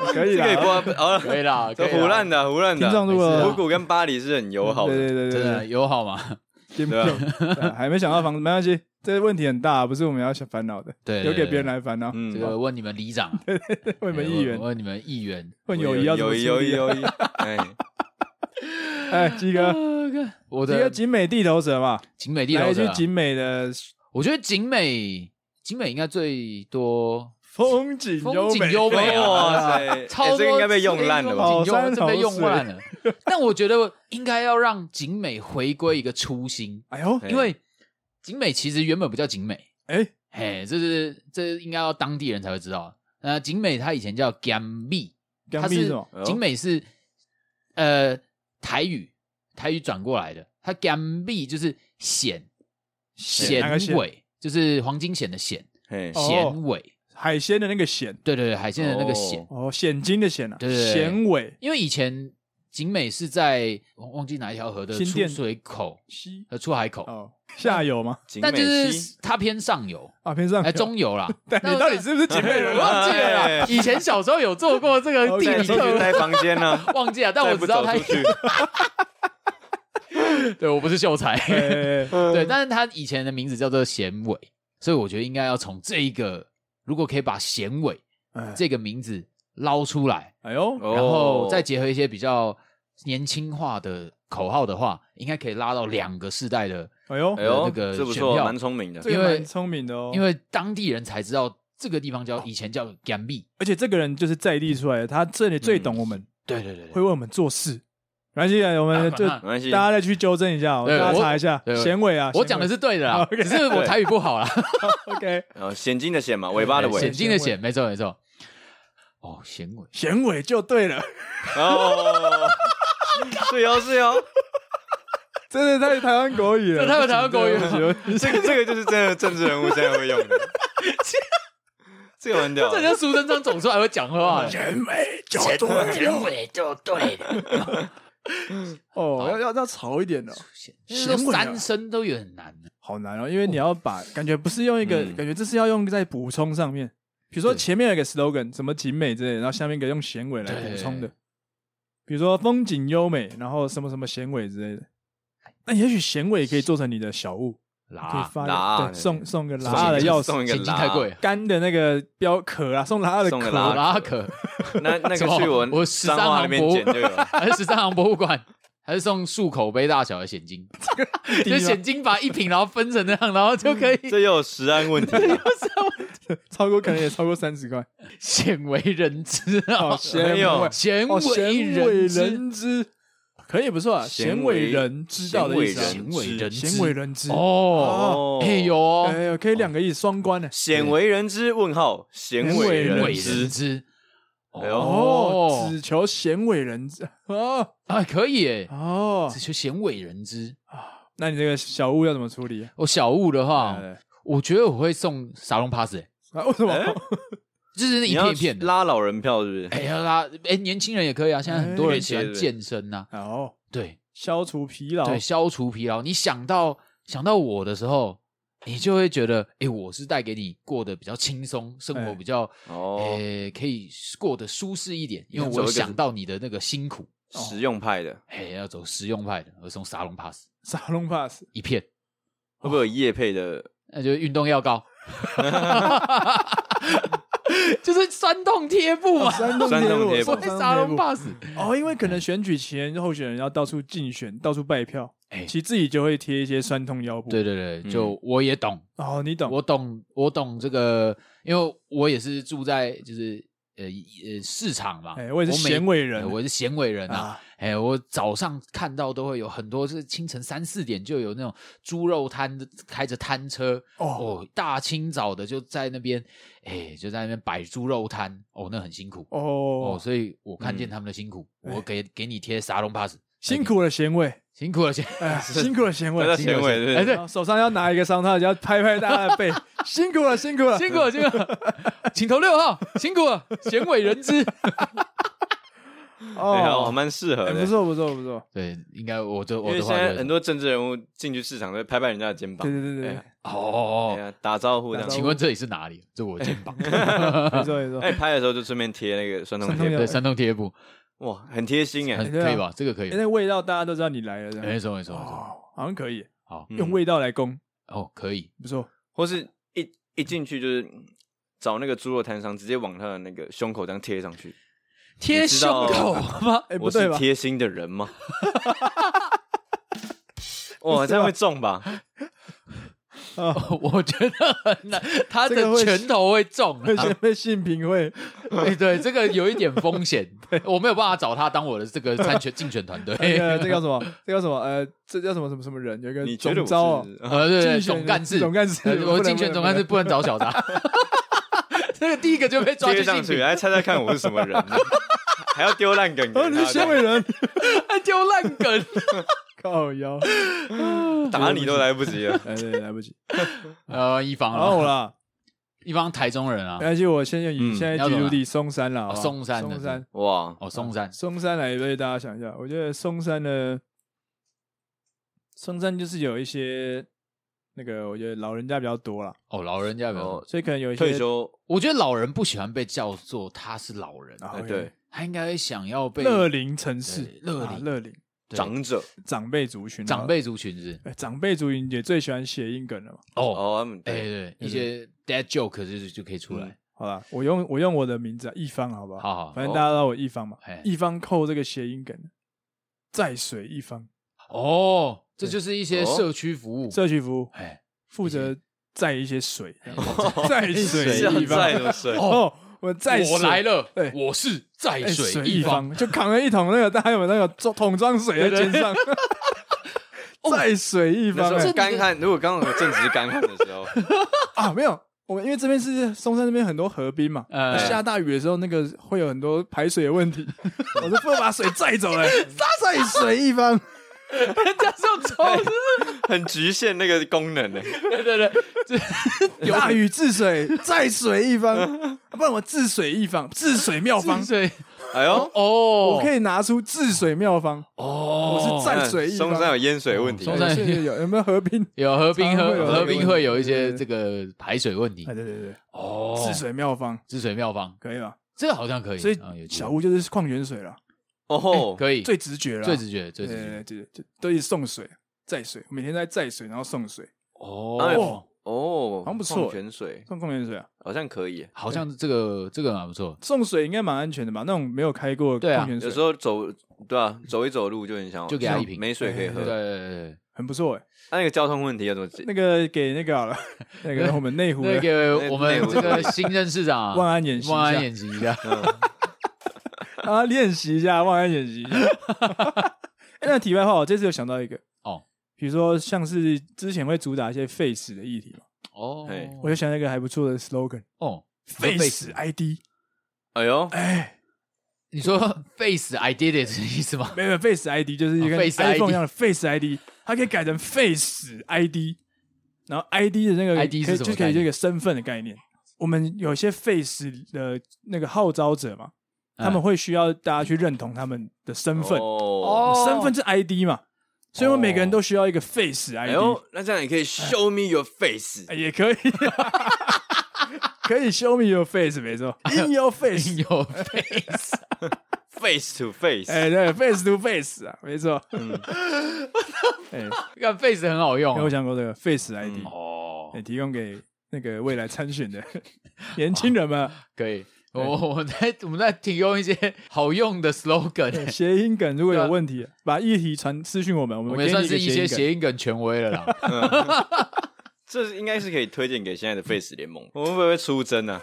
[SPEAKER 3] 能？
[SPEAKER 1] 可以
[SPEAKER 2] 这个也不
[SPEAKER 1] 啦，啊
[SPEAKER 2] 好了，
[SPEAKER 3] 可以啦，可
[SPEAKER 2] 这
[SPEAKER 3] 以啦
[SPEAKER 2] 胡乱的胡乱
[SPEAKER 1] 听众
[SPEAKER 2] 的。
[SPEAKER 1] 如
[SPEAKER 3] 没事
[SPEAKER 2] 五
[SPEAKER 1] 果
[SPEAKER 3] 啊
[SPEAKER 2] 谷跟巴黎是很友好
[SPEAKER 1] 对
[SPEAKER 2] 的，
[SPEAKER 1] 对对
[SPEAKER 3] 真的
[SPEAKER 1] 对
[SPEAKER 3] 友好吗？
[SPEAKER 1] 对，
[SPEAKER 2] 对啊
[SPEAKER 1] 对啊还没想到房子，没关系，这个问题很大，不是我们要想烦恼的，
[SPEAKER 3] 对，
[SPEAKER 1] 留给别人
[SPEAKER 3] 来。
[SPEAKER 1] 来烦 恼。
[SPEAKER 2] 嗯
[SPEAKER 3] 这个问你们里长，
[SPEAKER 1] 问你们议员
[SPEAKER 3] 问你们议员。
[SPEAKER 1] 问友谊要怎么
[SPEAKER 2] 友谊
[SPEAKER 1] 处
[SPEAKER 2] 友谊
[SPEAKER 1] 理啊？
[SPEAKER 2] 友谊，哎，
[SPEAKER 1] 哎，鸡
[SPEAKER 3] 啊
[SPEAKER 1] 哥，
[SPEAKER 3] 看 我
[SPEAKER 1] 鸡哥
[SPEAKER 3] 的
[SPEAKER 1] 景美地头蛇嘛，
[SPEAKER 3] 景美地
[SPEAKER 1] 来
[SPEAKER 3] 头
[SPEAKER 1] 一句
[SPEAKER 3] 蛇啊，
[SPEAKER 1] 景美的
[SPEAKER 3] 我觉得景美景美应该最多
[SPEAKER 1] 风景优
[SPEAKER 3] 风景
[SPEAKER 1] 美，
[SPEAKER 3] 优美啊
[SPEAKER 2] 哇塞，
[SPEAKER 3] 超
[SPEAKER 2] 哎
[SPEAKER 3] 多
[SPEAKER 2] 这个应该被用烂了吧？
[SPEAKER 1] 哦
[SPEAKER 3] 风景用
[SPEAKER 1] 山
[SPEAKER 3] 这被
[SPEAKER 1] 头
[SPEAKER 3] 用
[SPEAKER 1] 水
[SPEAKER 3] 烂了。但我觉得应该要让景美回归一个初心，
[SPEAKER 1] 哎呦，
[SPEAKER 2] 哎
[SPEAKER 3] 因为景美其实原本不叫景美，
[SPEAKER 1] 哎，
[SPEAKER 3] 嘿，这是这应该要当地人才会知道。那景美它以前叫 Gambi，
[SPEAKER 1] 刚
[SPEAKER 3] 它
[SPEAKER 1] 毕是
[SPEAKER 3] 是
[SPEAKER 1] 什么？
[SPEAKER 2] 哎呦
[SPEAKER 3] 景美是呃台语台语转过来的，它 Gambi 就是显
[SPEAKER 1] 哎哪个
[SPEAKER 3] 显
[SPEAKER 1] 咸
[SPEAKER 3] 尾，就是黄金显的显
[SPEAKER 2] 哎
[SPEAKER 1] 哦
[SPEAKER 3] 显尾，
[SPEAKER 1] 海鲜的那个鲜，
[SPEAKER 3] 对对对，海鲜的那个显。
[SPEAKER 2] 哦
[SPEAKER 1] 哦，险金的险啊，
[SPEAKER 3] 对对对
[SPEAKER 1] 咸尾
[SPEAKER 3] 因为以前景美是在我忘记哪一条河的
[SPEAKER 1] 新
[SPEAKER 3] 出
[SPEAKER 1] 店
[SPEAKER 3] 水口
[SPEAKER 1] 西
[SPEAKER 3] 呃出海口，
[SPEAKER 1] 哦，下游吗？
[SPEAKER 2] 景
[SPEAKER 3] 但就
[SPEAKER 2] 美
[SPEAKER 3] 是
[SPEAKER 2] 西
[SPEAKER 3] 它偏上游，
[SPEAKER 1] 啊，偏上
[SPEAKER 3] 哎
[SPEAKER 1] 游
[SPEAKER 3] 中游 啦。
[SPEAKER 1] 但
[SPEAKER 3] 那
[SPEAKER 1] 你到底是不是姐妹
[SPEAKER 3] 我
[SPEAKER 1] 人啊？
[SPEAKER 3] 忘记了啦
[SPEAKER 2] 哎
[SPEAKER 3] 以前小时候有做过 这个地
[SPEAKER 2] 带
[SPEAKER 3] 理
[SPEAKER 2] 出去
[SPEAKER 3] 课，
[SPEAKER 2] 待房间呢，
[SPEAKER 3] 忘记了，但我
[SPEAKER 2] 再
[SPEAKER 3] 知
[SPEAKER 2] 不
[SPEAKER 3] 道
[SPEAKER 2] 走
[SPEAKER 3] 他
[SPEAKER 2] 出，去，
[SPEAKER 3] 对我不是秀 才，
[SPEAKER 1] 哎哎 哎
[SPEAKER 3] 对，但是他以前的名字叫做咸尾，所以我觉得应该要从这一个，如果可以把咸尾
[SPEAKER 1] 哎
[SPEAKER 3] 这个名字捞出来，
[SPEAKER 1] 哎呦，
[SPEAKER 2] 嗯哦
[SPEAKER 3] 然后再结合一些比较年轻化的口号的话，应该可以拉到两个世代的
[SPEAKER 1] 哎呦
[SPEAKER 2] 哎，
[SPEAKER 3] 那
[SPEAKER 2] 呦，
[SPEAKER 3] 个
[SPEAKER 2] 这不
[SPEAKER 3] 选
[SPEAKER 2] 错，
[SPEAKER 3] 票
[SPEAKER 2] 蛮聪明的
[SPEAKER 1] 这。个
[SPEAKER 3] 因为
[SPEAKER 1] 蛮聪明的哦，
[SPEAKER 3] 因为当地人才知道这个地方叫以前叫 g a m b i
[SPEAKER 1] 而且这个人就是在地出来的，他这里最懂我们，
[SPEAKER 3] 嗯对对对
[SPEAKER 1] 会
[SPEAKER 3] 对，
[SPEAKER 1] 为我们做事。没关系，我们
[SPEAKER 3] 啊
[SPEAKER 1] 就
[SPEAKER 3] 啊
[SPEAKER 2] 没关系，
[SPEAKER 1] 大家再去纠正一下哦，
[SPEAKER 3] 对
[SPEAKER 1] 大家
[SPEAKER 3] 我
[SPEAKER 1] 查一下
[SPEAKER 3] 对
[SPEAKER 1] 咸尾啊，
[SPEAKER 3] 我讲的
[SPEAKER 1] 是
[SPEAKER 3] 是对的啦，
[SPEAKER 1] OK
[SPEAKER 3] 只是我
[SPEAKER 2] 对
[SPEAKER 3] 台语不好啦，
[SPEAKER 1] OK，
[SPEAKER 2] 呃，险金的险嘛，尾 巴的
[SPEAKER 3] 险
[SPEAKER 2] 尾。
[SPEAKER 3] 金的险，没错没错。哦，险尾，
[SPEAKER 1] 咸尾就对了，
[SPEAKER 2] 哦，是哦是哦，
[SPEAKER 1] 真的太台湾国语了，
[SPEAKER 3] 这太有台湾国语了
[SPEAKER 1] 不行对不起
[SPEAKER 2] 这个这个就是真的政治人物现在会用 的，这个很屌
[SPEAKER 3] 这。人家苏 贞哦啊昌走出来会讲话，
[SPEAKER 1] 咸尾就对了，
[SPEAKER 3] 尾就对了。
[SPEAKER 1] 哦，
[SPEAKER 3] 好
[SPEAKER 1] 要要要吵一点哦，
[SPEAKER 3] 显
[SPEAKER 1] 神
[SPEAKER 3] 都
[SPEAKER 1] 鬼啊
[SPEAKER 3] 三声都有很难的。啊
[SPEAKER 1] 好难哦，因为你要把感觉不是用一个，
[SPEAKER 2] 嗯
[SPEAKER 1] 感觉这是要用在补充上面，比如说
[SPEAKER 3] 对
[SPEAKER 1] 前面有一个 slogan 什么景美之类的，然后下面一个用衔尾来补充的
[SPEAKER 3] 对，
[SPEAKER 1] 比如说风景优美，然后什么什么衔尾之类的。那也许衔尾可以做成你的小物，可以
[SPEAKER 3] 啦，
[SPEAKER 1] 发
[SPEAKER 2] 拉
[SPEAKER 1] 个
[SPEAKER 2] 对
[SPEAKER 1] 对送送个
[SPEAKER 3] 啊 送
[SPEAKER 1] 拉拉的
[SPEAKER 3] 一个
[SPEAKER 1] 钥匙，
[SPEAKER 2] 送一个
[SPEAKER 3] 现金
[SPEAKER 2] 拉
[SPEAKER 3] 太贵，
[SPEAKER 1] 干的那个标壳啊，送拉拉的
[SPEAKER 2] 送个
[SPEAKER 1] 壳
[SPEAKER 2] 拉
[SPEAKER 3] 拉
[SPEAKER 1] 啊，
[SPEAKER 3] 拉可，
[SPEAKER 2] 那那个
[SPEAKER 3] 什么
[SPEAKER 2] 去
[SPEAKER 3] 我十
[SPEAKER 2] 彰
[SPEAKER 3] 三
[SPEAKER 2] 化那
[SPEAKER 3] 行
[SPEAKER 2] 边
[SPEAKER 3] 博物
[SPEAKER 2] 捡就有 了。
[SPEAKER 3] 还是十三行博物馆，还是送漱口杯大小的现金，
[SPEAKER 1] 低吗
[SPEAKER 3] 就现金把一瓶，然后分成那样，然后就可以
[SPEAKER 2] 这又有食安问题了，
[SPEAKER 1] 超过可能也超过三十块，
[SPEAKER 3] 鲜为人知啊
[SPEAKER 1] 哦，，衔
[SPEAKER 2] 哎呦
[SPEAKER 1] 尾
[SPEAKER 3] 鲜
[SPEAKER 1] 哦，
[SPEAKER 3] 为
[SPEAKER 1] 咸尾
[SPEAKER 3] 人知。
[SPEAKER 1] 人知，可以不错啊，
[SPEAKER 2] 咸
[SPEAKER 1] 咸
[SPEAKER 2] 为
[SPEAKER 1] 尾人知道的意思啊，
[SPEAKER 2] 咸
[SPEAKER 3] 为人知
[SPEAKER 1] 咸为人知
[SPEAKER 3] 哦
[SPEAKER 2] 哦，
[SPEAKER 3] 哎有哦，
[SPEAKER 1] 哎呦，可以两个意双关呢。
[SPEAKER 2] 鲜为人知？问号，鲜为
[SPEAKER 1] 咸
[SPEAKER 3] 为
[SPEAKER 2] 人
[SPEAKER 3] 人
[SPEAKER 2] 知。
[SPEAKER 3] 知，
[SPEAKER 2] 哎呦
[SPEAKER 1] 哦，只求咸为人知哦
[SPEAKER 3] 啊，可以耶，
[SPEAKER 1] 哦
[SPEAKER 3] 只。求鲜为人知。
[SPEAKER 1] 那你这个小物要怎么处理啊？
[SPEAKER 3] 我小物的话
[SPEAKER 2] 哎
[SPEAKER 1] 对，对
[SPEAKER 3] 我觉得我会送沙龙 pass，哎
[SPEAKER 1] 啊，为什么？
[SPEAKER 2] 哎
[SPEAKER 3] 就是那
[SPEAKER 2] 你
[SPEAKER 3] 一
[SPEAKER 2] 要
[SPEAKER 3] 片一片的。
[SPEAKER 2] 拉老人票是不
[SPEAKER 3] 哎
[SPEAKER 2] 是？
[SPEAKER 3] 呀啦，哎，年轻人也可以啊，现在很多人喜
[SPEAKER 2] 哎
[SPEAKER 3] 欢健身呐，
[SPEAKER 1] 哦，
[SPEAKER 3] 对
[SPEAKER 1] 消除疲
[SPEAKER 2] 哦
[SPEAKER 1] 劳。
[SPEAKER 3] 对，消除疲劳。你想到想到我的时候，你就会觉得，哎，我是带给你过得比较轻松，生活
[SPEAKER 1] 哎
[SPEAKER 3] 比较
[SPEAKER 2] 哦，
[SPEAKER 3] 诶可以过得舒适一点，因为
[SPEAKER 2] 你要走
[SPEAKER 3] 我
[SPEAKER 2] 一个
[SPEAKER 3] 想到你的那个辛苦，
[SPEAKER 2] 实用派的，
[SPEAKER 3] 哎，要走实用派的，我送沙龙 pass
[SPEAKER 1] 沙龙 pass
[SPEAKER 3] 一片。
[SPEAKER 2] 会不会有叶配的？
[SPEAKER 3] 那就是运动药膏， 就是酸痛贴 布嘛，
[SPEAKER 1] 哦山洞
[SPEAKER 2] 山洞
[SPEAKER 1] 贴
[SPEAKER 2] 贴
[SPEAKER 1] 布
[SPEAKER 2] 布
[SPEAKER 3] 所以哎沙龙 pass，
[SPEAKER 1] 哦，因为可能选举前候选人要到处竞选，到处拜票，
[SPEAKER 3] 哎
[SPEAKER 1] 其实自己就会贴一些酸痛腰部。
[SPEAKER 3] 对对
[SPEAKER 2] 嗯
[SPEAKER 3] 对，就我也懂，
[SPEAKER 1] 哦，你懂。
[SPEAKER 3] 我懂，我懂这个，因为我也是住在就是呃呃市场嘛，
[SPEAKER 1] 哎我也是
[SPEAKER 3] 每
[SPEAKER 1] 咸味人
[SPEAKER 3] 哎我是咸味人啊
[SPEAKER 1] 啊，
[SPEAKER 3] 哎，我早上看到都会有很多，是清晨三四点就有那种猪肉摊的开着摊车，
[SPEAKER 1] 哦
[SPEAKER 3] 哦，大清早的就在那边，哎，就在那边摆猪肉摊，哦，那很辛苦，哦，
[SPEAKER 1] 哦，
[SPEAKER 3] 所以我看见他们的辛苦，
[SPEAKER 1] 嗯
[SPEAKER 3] 我给给你贴沙龙 pass，
[SPEAKER 1] 辛苦了咸味，
[SPEAKER 3] 辛苦了，先
[SPEAKER 1] 哎， 辛苦了咸
[SPEAKER 2] 那叫
[SPEAKER 1] 味，
[SPEAKER 2] 咸
[SPEAKER 1] 辛苦了
[SPEAKER 2] 尾是不
[SPEAKER 3] 哎
[SPEAKER 2] 是？
[SPEAKER 3] 对
[SPEAKER 1] 然后手上要拿一个伤他，就要拍拍大家的背，辛苦了，辛苦了，
[SPEAKER 3] 辛苦了，辛苦了， 请投六号，辛苦了，鲜为人知。
[SPEAKER 2] 哎呀，
[SPEAKER 1] 哦，
[SPEAKER 2] 蛮适合
[SPEAKER 1] 哎
[SPEAKER 2] 的
[SPEAKER 1] 不。错，不错，不错，
[SPEAKER 3] 对，应该我的
[SPEAKER 2] 因
[SPEAKER 3] 我
[SPEAKER 2] 为
[SPEAKER 3] 的
[SPEAKER 2] 现
[SPEAKER 3] 话
[SPEAKER 2] 在
[SPEAKER 3] 就是
[SPEAKER 2] 很多政治人物进去市场都会拍拍人家的肩膀
[SPEAKER 1] 对，对对
[SPEAKER 2] 哎呀
[SPEAKER 1] 对，
[SPEAKER 3] 哦哦
[SPEAKER 2] 哎
[SPEAKER 3] 哦，
[SPEAKER 2] 呀哎打招呼这
[SPEAKER 1] 打招
[SPEAKER 2] 样
[SPEAKER 1] 呼。
[SPEAKER 3] 请问这里是哪里？这我肩膀。
[SPEAKER 1] 没错 没错，
[SPEAKER 2] 哎，拍的时候就顺便贴那个酸痛
[SPEAKER 1] 酸痛
[SPEAKER 2] 贴
[SPEAKER 1] 贴，
[SPEAKER 3] 对，山东贴布，
[SPEAKER 2] 哇，很贴心哎
[SPEAKER 3] 很。
[SPEAKER 1] 对啊
[SPEAKER 3] 可以吧？这个可以
[SPEAKER 1] 哎。那味道大家都知道你来了，这
[SPEAKER 2] 啊
[SPEAKER 3] 没
[SPEAKER 1] 样
[SPEAKER 3] 错，没错，没错。
[SPEAKER 1] 哦，好像可以
[SPEAKER 3] 好，
[SPEAKER 2] 嗯
[SPEAKER 1] 用味道来攻，
[SPEAKER 3] 哦，可以。
[SPEAKER 1] 不错，
[SPEAKER 2] 或是一一进去就是找那个猪肉摊商，直接往他的那个胸口这样贴上去。
[SPEAKER 3] 贴
[SPEAKER 2] 知道
[SPEAKER 3] 吗？
[SPEAKER 1] 哎，不
[SPEAKER 2] 我
[SPEAKER 1] 对
[SPEAKER 2] 是
[SPEAKER 1] 吧？
[SPEAKER 2] 贴心的人吗？ 哇，这样会中吧？
[SPEAKER 1] 啊，
[SPEAKER 3] 我觉得很难，他
[SPEAKER 1] 这个
[SPEAKER 3] 的
[SPEAKER 1] 会
[SPEAKER 3] 拳头会啊中。
[SPEAKER 1] 会先被性平 会，
[SPEAKER 3] 哎，对，这个有一点 风险，我没有办法找他当我的这个参选竞选团队。
[SPEAKER 1] 那个呃这个叫什么？这个叫什么？呃，这叫什么什么什么人？有一个
[SPEAKER 2] 你觉
[SPEAKER 1] 总
[SPEAKER 2] 得我
[SPEAKER 1] 招哦
[SPEAKER 2] 是？
[SPEAKER 3] 呃，对对，
[SPEAKER 1] 竞选
[SPEAKER 3] 总干事，
[SPEAKER 1] 总干事
[SPEAKER 3] 呃
[SPEAKER 1] 不能
[SPEAKER 3] 我竞选
[SPEAKER 1] 不能
[SPEAKER 3] 总干事不能找小张， 这个第一个就被抓
[SPEAKER 2] 呃贴
[SPEAKER 3] 去
[SPEAKER 2] 上
[SPEAKER 3] 性
[SPEAKER 2] 去，哎
[SPEAKER 3] 平，
[SPEAKER 2] 来猜猜看我是什么 人呢？还要丢烂梗给
[SPEAKER 1] 哦，你
[SPEAKER 2] 他
[SPEAKER 1] 是
[SPEAKER 3] 啊
[SPEAKER 1] 纤维人，
[SPEAKER 3] 还 丢烂梗。
[SPEAKER 1] 靠腰，
[SPEAKER 2] 打你都来不及了。
[SPEAKER 1] 哎，对来不 及，
[SPEAKER 3] 呃，一方
[SPEAKER 1] 然后
[SPEAKER 3] 了，
[SPEAKER 1] 啦，呃
[SPEAKER 3] 一方台中人啊
[SPEAKER 1] 没，关系，我先以
[SPEAKER 2] 嗯
[SPEAKER 1] 现在
[SPEAKER 3] 要
[SPEAKER 1] 居
[SPEAKER 3] 怎么
[SPEAKER 1] 住
[SPEAKER 3] 啦
[SPEAKER 1] 地松山啦，好不好
[SPEAKER 3] 哦松山的
[SPEAKER 1] 松山，
[SPEAKER 2] 哇，
[SPEAKER 3] 哦，松山，
[SPEAKER 1] 松山来为大家想一下，我觉得松山呢，松山就是有一些那个，我觉得老人家比较多啦，
[SPEAKER 3] 哦，老人家没有
[SPEAKER 2] 哦，，
[SPEAKER 1] 所以可能有一些
[SPEAKER 2] 退休
[SPEAKER 3] 我觉得老人不喜欢被叫做他是老人，
[SPEAKER 1] 啊
[SPEAKER 2] 哎
[SPEAKER 1] OK
[SPEAKER 2] 对
[SPEAKER 3] 他应该想要被
[SPEAKER 1] 乐龄城市
[SPEAKER 3] 对、乐
[SPEAKER 1] 啊
[SPEAKER 3] 龄
[SPEAKER 1] 乐龄
[SPEAKER 3] 对
[SPEAKER 2] 长者
[SPEAKER 1] 长辈族群啊，
[SPEAKER 3] 长辈族群是
[SPEAKER 1] 哎长辈族群也最喜欢谐音梗了嘛。
[SPEAKER 3] 哦，
[SPEAKER 2] 哦，他们
[SPEAKER 3] 哎
[SPEAKER 2] 对
[SPEAKER 3] 对，一些 dad joke 就是就可以出来，
[SPEAKER 1] 好啦，我用我用我的名字啊，一方好不好？
[SPEAKER 3] 好哎
[SPEAKER 1] 嗯
[SPEAKER 3] 好
[SPEAKER 1] 反正大家都知道我一方嘛
[SPEAKER 3] 嘿，
[SPEAKER 1] 一方扣这个谐音梗，在水一方
[SPEAKER 3] 哦，这
[SPEAKER 1] 对
[SPEAKER 3] 就是一些
[SPEAKER 2] 哦
[SPEAKER 3] 社区服务，
[SPEAKER 1] 社区服务
[SPEAKER 3] 哎，哦
[SPEAKER 1] 负责载一些 水，
[SPEAKER 2] 在
[SPEAKER 1] 载水
[SPEAKER 2] 在
[SPEAKER 1] 一方
[SPEAKER 2] 的水
[SPEAKER 1] 哦，我载水
[SPEAKER 3] 我来了
[SPEAKER 1] 对，
[SPEAKER 3] 我是在
[SPEAKER 1] 哎
[SPEAKER 3] 水
[SPEAKER 1] 一
[SPEAKER 3] 一方，
[SPEAKER 1] 就扛了一桶那个，大家有没有那个装桶装水在肩上？在水一
[SPEAKER 2] 那
[SPEAKER 1] 方
[SPEAKER 2] 时
[SPEAKER 1] 哎
[SPEAKER 2] 候干旱，如果刚好正值干旱的时候，
[SPEAKER 1] 啊，没有，我们因为这边是松山那边很多河滨嘛，
[SPEAKER 3] 呃
[SPEAKER 1] 下大雨的时候那个会有很多排水的问题，我就负责把水载走哎了，在水一方。
[SPEAKER 3] 加上抽，
[SPEAKER 2] 很局限那个功能欸呢。
[SPEAKER 3] 对对 对，
[SPEAKER 1] 大啊禹治水，在水一方，不然我治水一方，治水妙方
[SPEAKER 3] 治，水
[SPEAKER 2] 哎呦，
[SPEAKER 3] 哦，
[SPEAKER 1] 我可以拿出治水妙方。
[SPEAKER 3] 哦，
[SPEAKER 1] 我是在淡水一方
[SPEAKER 2] 嗯松山有淹水问题
[SPEAKER 3] 松，
[SPEAKER 1] 对
[SPEAKER 3] 山
[SPEAKER 1] 是是有有没有合并？
[SPEAKER 3] 有合并
[SPEAKER 1] 常
[SPEAKER 3] 喝
[SPEAKER 1] 会有
[SPEAKER 3] 合并会有
[SPEAKER 1] 对
[SPEAKER 3] 一些
[SPEAKER 1] 对对
[SPEAKER 3] 这个排水问题
[SPEAKER 1] 哎，对对对，
[SPEAKER 3] 哦，
[SPEAKER 1] 治水妙方
[SPEAKER 3] 治水妙方，
[SPEAKER 1] 可以吧？
[SPEAKER 3] 这个好像可以，
[SPEAKER 1] 所以
[SPEAKER 3] 啊有机会
[SPEAKER 1] 小屋就是矿泉水了，
[SPEAKER 2] 哦
[SPEAKER 3] 哎
[SPEAKER 2] 吼，
[SPEAKER 3] 可以
[SPEAKER 1] 最直觉了，
[SPEAKER 3] 最直觉最直觉
[SPEAKER 1] 对对对，就都一直送水、载水，每天在载水，然后送水，
[SPEAKER 2] 哎
[SPEAKER 3] 哦
[SPEAKER 2] 呦，哦，
[SPEAKER 1] 好像不错
[SPEAKER 2] 矿泉水
[SPEAKER 1] 送矿泉水啊，
[SPEAKER 2] 好像可以，
[SPEAKER 3] 好像这个这个蛮不错，
[SPEAKER 1] 送水应该蛮安全的吧？那种没有开过
[SPEAKER 3] 对啊
[SPEAKER 1] 矿泉水，
[SPEAKER 2] 有时候走对啊，走一走路就很想
[SPEAKER 3] 就给他一瓶
[SPEAKER 2] 没水可
[SPEAKER 1] 哎
[SPEAKER 2] 以
[SPEAKER 3] 对
[SPEAKER 2] 喝。
[SPEAKER 3] 对对
[SPEAKER 1] 很不错哎、
[SPEAKER 2] 那那个交通问题要怎么解？
[SPEAKER 1] 那个给那个好了，那个我们内湖
[SPEAKER 3] 对，
[SPEAKER 1] 的
[SPEAKER 3] 那个我们
[SPEAKER 2] 那个
[SPEAKER 3] 这个新任市长啊
[SPEAKER 1] 万 安演习一下
[SPEAKER 3] 万安演习一下，
[SPEAKER 1] 啊练习一下，忘安演习一 下。哎那题外话，我这次有想到一个
[SPEAKER 3] 哦，
[SPEAKER 1] 比如说像是之前会主打一些 face 的议题嘛，
[SPEAKER 3] 哦
[SPEAKER 2] 嘿
[SPEAKER 1] 哎我就想到一个还不错的 slogan。
[SPEAKER 3] 哦
[SPEAKER 1] face ID，
[SPEAKER 2] 哎呦，
[SPEAKER 1] 哎，
[SPEAKER 3] 你说 face I did it 是意思吗？
[SPEAKER 1] 没有 Face ID 就是一个
[SPEAKER 3] 哦，Face
[SPEAKER 1] iPhone
[SPEAKER 3] ID
[SPEAKER 1] 一样的 Face ID，它可以改成 Face ID，然后 ID 的那个
[SPEAKER 3] ID
[SPEAKER 1] 可以
[SPEAKER 3] 是什么
[SPEAKER 1] 就可
[SPEAKER 3] 概
[SPEAKER 1] 以这
[SPEAKER 3] 念
[SPEAKER 1] 个身份的概念。我们有些 Face 的那个号召者嘛，
[SPEAKER 3] 嗯
[SPEAKER 1] 他们会需要大家去认同他们的身份，
[SPEAKER 2] 哦，
[SPEAKER 1] 身份是 ID 嘛，所以我们每个人
[SPEAKER 3] 哦
[SPEAKER 1] 都需要一个 Face
[SPEAKER 2] 哎
[SPEAKER 1] ID，
[SPEAKER 2] 呦，那这样也可以 show me your face
[SPEAKER 1] 哎。也可以。 可以 show me your face，没错，in your
[SPEAKER 3] 应
[SPEAKER 1] face，
[SPEAKER 3] 有 face，
[SPEAKER 2] face to face，
[SPEAKER 1] 哎，对，face to face 啊，没错。
[SPEAKER 3] 嗯
[SPEAKER 1] 哎，
[SPEAKER 3] 看 face 很好用
[SPEAKER 1] 有
[SPEAKER 3] 啊
[SPEAKER 1] 想过这个 face ID，
[SPEAKER 2] 嗯
[SPEAKER 3] 哦
[SPEAKER 1] 哎也，提供给那个未来参选的 年轻人们
[SPEAKER 3] 可以。我我们在我们在提供一些好用的 slogan，
[SPEAKER 1] 对谐音梗，如果有
[SPEAKER 3] 对啊
[SPEAKER 1] 问题，把议题传私讯我们，我们
[SPEAKER 3] 我们
[SPEAKER 1] 给你
[SPEAKER 3] 也算
[SPEAKER 1] 一
[SPEAKER 3] 是
[SPEAKER 1] 个谐
[SPEAKER 3] 一些
[SPEAKER 1] 音梗。
[SPEAKER 3] 谐音梗权威了 啦。
[SPEAKER 2] 这是应该是可以推荐给现在的 face 联盟。我们会不会出征啊？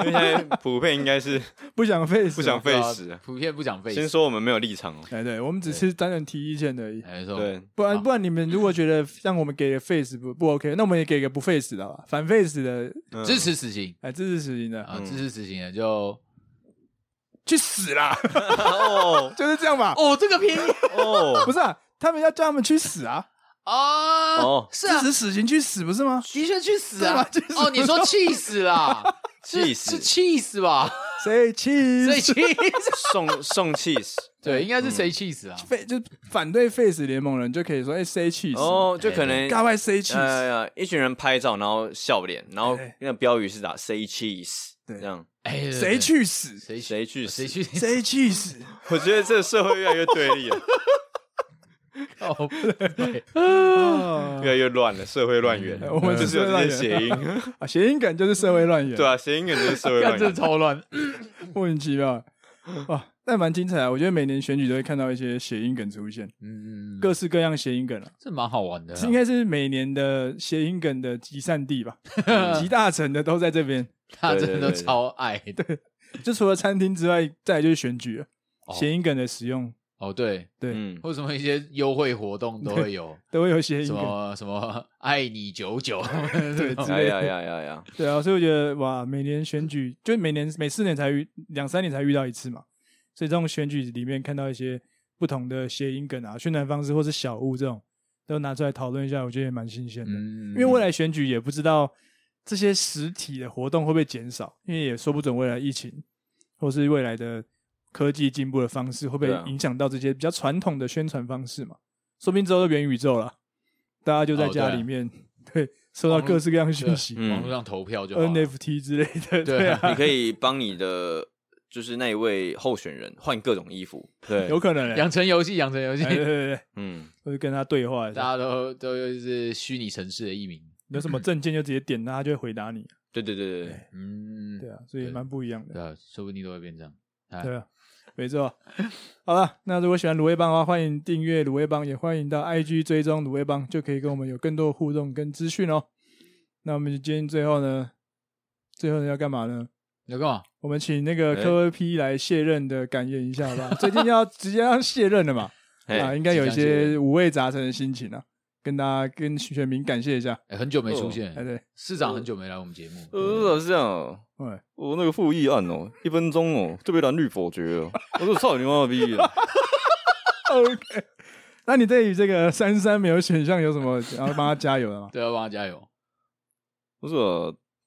[SPEAKER 2] 因为现在普遍应该是
[SPEAKER 1] 不想 face，
[SPEAKER 2] 不想
[SPEAKER 1] 嘛
[SPEAKER 2] face 啊。
[SPEAKER 3] 普遍不讲
[SPEAKER 2] 先
[SPEAKER 3] face，
[SPEAKER 2] 说我们没有立场哦。
[SPEAKER 1] 哎，对，我们只是单纯提意见而已。
[SPEAKER 3] 没错，
[SPEAKER 2] 对，
[SPEAKER 1] 不然
[SPEAKER 3] 好
[SPEAKER 1] 不然，你们如果觉得让我们给个 face 不不 OK，那我们也给个不 face 的好吧，反 face 的，
[SPEAKER 2] 嗯
[SPEAKER 3] 支持死刑
[SPEAKER 1] 哎，支持死刑的，
[SPEAKER 3] 啊，
[SPEAKER 2] 嗯
[SPEAKER 3] 支持死刑的就
[SPEAKER 1] 去死啦，
[SPEAKER 2] 哦
[SPEAKER 1] 就是这样吧。
[SPEAKER 3] 哦，这个便宜
[SPEAKER 1] 不
[SPEAKER 2] 哦
[SPEAKER 1] 是啊，他们要叫他们去死啊，
[SPEAKER 3] 啊，
[SPEAKER 2] 哦
[SPEAKER 3] 是
[SPEAKER 1] 支
[SPEAKER 3] 啊，
[SPEAKER 1] 持死刑去死不是吗？
[SPEAKER 3] 的确去死
[SPEAKER 1] 对吧
[SPEAKER 3] 啊
[SPEAKER 1] 去！死
[SPEAKER 3] 哦，你说气死啦，
[SPEAKER 2] 气
[SPEAKER 3] 是
[SPEAKER 2] 死
[SPEAKER 3] 是气死吧？
[SPEAKER 1] 谁
[SPEAKER 3] 谁
[SPEAKER 1] 气死？
[SPEAKER 3] 气？
[SPEAKER 2] 送送 cheese
[SPEAKER 3] 对，应该
[SPEAKER 2] 嗯
[SPEAKER 3] 是谁气死啊？
[SPEAKER 1] 非就反对 face 联盟人就可以说，哎，谁气死？
[SPEAKER 2] 哦，就可能
[SPEAKER 1] 嘎外谁气
[SPEAKER 3] 哎
[SPEAKER 1] 死？
[SPEAKER 2] 呃一群人拍照，然后笑脸，然后
[SPEAKER 1] 哎
[SPEAKER 2] 那个标语是打 say cheese，
[SPEAKER 1] 对
[SPEAKER 2] 这样
[SPEAKER 3] 哎，对
[SPEAKER 1] 谁？去死？
[SPEAKER 3] 对对谁
[SPEAKER 2] 谁去
[SPEAKER 3] 谁
[SPEAKER 2] 谁？
[SPEAKER 3] 去？
[SPEAKER 1] 谁去死？
[SPEAKER 2] 我觉得这个社会越来越对立了，
[SPEAKER 3] 靠背
[SPEAKER 1] 啊
[SPEAKER 2] 越来越乱了，社会乱源
[SPEAKER 1] 嗯，我们
[SPEAKER 2] 就是有这些谐音，
[SPEAKER 1] 谐音梗就是社会乱源，
[SPEAKER 2] 对，啊，谐音梗就是社会
[SPEAKER 3] 干
[SPEAKER 2] 乱
[SPEAKER 3] 这
[SPEAKER 2] 源，
[SPEAKER 3] 超乱，
[SPEAKER 1] 莫名其妙。哇，那蛮精彩的。我觉得每年选举都会看到一些谐音梗出现，
[SPEAKER 3] 嗯，
[SPEAKER 1] 各式各样谐音梗啊，
[SPEAKER 3] 这蛮好玩的啊。
[SPEAKER 1] 是应该是每年的谐音梗的集散地吧， 集大成的都在这边。
[SPEAKER 3] 他真
[SPEAKER 2] 对对
[SPEAKER 3] 的都
[SPEAKER 2] 对
[SPEAKER 3] 超爱，对，
[SPEAKER 1] 就除了餐厅之外，再来就是选举了，谐音梗的使用，
[SPEAKER 3] 哦对，
[SPEAKER 1] 对，
[SPEAKER 2] 嗯，
[SPEAKER 3] 为什么一些优惠活动都会 有
[SPEAKER 1] 都会有谐音
[SPEAKER 3] 什
[SPEAKER 1] 梗。
[SPEAKER 3] 么什么 爱你久久？
[SPEAKER 1] 对之
[SPEAKER 2] 哎
[SPEAKER 1] 类
[SPEAKER 2] 呀
[SPEAKER 1] 的，
[SPEAKER 2] 呀呀呀，
[SPEAKER 1] 对啊，所以我觉得哇，每年选举就每年每四年才遇两三年才遇到一次嘛，所以这种选举里面看到一些不同的谐音梗啊、宣传方式或是小物这种，都拿出来讨论一下，我觉得也蛮新鲜的。
[SPEAKER 3] 嗯，
[SPEAKER 1] 因为未来选举也不知道这些实体的活动会不会减少，因为也说不准未来疫情或是未来的科技进步的方式会不会
[SPEAKER 2] 对啊
[SPEAKER 1] 影响到这些比较传统的宣传方式嘛？说不定之后都元宇宙了，大家就在
[SPEAKER 3] 哦对啊
[SPEAKER 1] 家里 面、对收到各式各样的讯
[SPEAKER 3] 啊
[SPEAKER 1] 息。
[SPEAKER 2] 嗯
[SPEAKER 3] 网络上投票就好了
[SPEAKER 1] NFT 之类的，
[SPEAKER 3] 对
[SPEAKER 1] 对啊，
[SPEAKER 2] 哎你可以帮你的就是那一位候选人换各种衣服，对
[SPEAKER 1] 有，可能欸。
[SPEAKER 3] 养成游戏，养成游戏
[SPEAKER 1] 哎，对对对，
[SPEAKER 2] 嗯，
[SPEAKER 1] 我就跟他对话一
[SPEAKER 3] 大
[SPEAKER 1] 下，
[SPEAKER 3] 家都都是虚拟城市的一名。
[SPEAKER 1] 有什么证件就直接点他，他就会回答你。
[SPEAKER 2] 对对对对
[SPEAKER 3] 嗯，
[SPEAKER 1] 对啊，所以
[SPEAKER 3] 对
[SPEAKER 1] 蛮不一样的
[SPEAKER 3] 对。啊，说不定都会变这样。哎
[SPEAKER 1] 对啊，没错。好了，那如果喜欢卤味帮的话，欢迎订阅卤味帮，也欢迎到 IG 追踪卤味帮，就可以跟我们有更多互动跟资讯哦。那我们今天最后呢，最后呢要干嘛呢？
[SPEAKER 3] 你要干嘛？
[SPEAKER 1] 我们请那个
[SPEAKER 2] 哎
[SPEAKER 1] 科 P 来卸任的感言一下好不好？最近要 直接要卸任了嘛，
[SPEAKER 2] 对，
[SPEAKER 1] 啊，
[SPEAKER 2] 哎，
[SPEAKER 1] 应该有一
[SPEAKER 3] 即将卸
[SPEAKER 1] 些
[SPEAKER 3] 任
[SPEAKER 1] 五味杂陈的心情啊，跟大家跟选民感谢一下。
[SPEAKER 3] 哎，很久没出
[SPEAKER 1] 哎，
[SPEAKER 3] 现，
[SPEAKER 1] 对，
[SPEAKER 3] 市长很久没来我们节目。
[SPEAKER 2] 呃，老师哦，
[SPEAKER 1] 哎，
[SPEAKER 2] 我那个复议案哦，一分钟哦就被蓝绿否决了， 我说操你妈逼啊了，
[SPEAKER 1] 那你对于这个三三没有选项有什么然 后帮他加油的吗？
[SPEAKER 3] 对啊，帮他加油。
[SPEAKER 2] 呃不是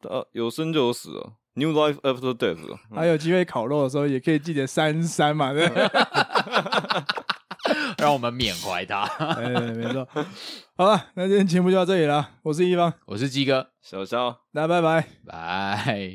[SPEAKER 2] 啊，啊有生就有死啊， New Life After Death，嗯
[SPEAKER 1] 还有机会烤肉的时候，也可以记得三三嘛，对不对？
[SPEAKER 3] 让我们缅怀他。
[SPEAKER 1] 哎，没错。好了，那今天节目就到这里了，我是一方，
[SPEAKER 3] 我是鸡哥，
[SPEAKER 2] 小肖。
[SPEAKER 1] 大家拜拜。
[SPEAKER 3] 拜。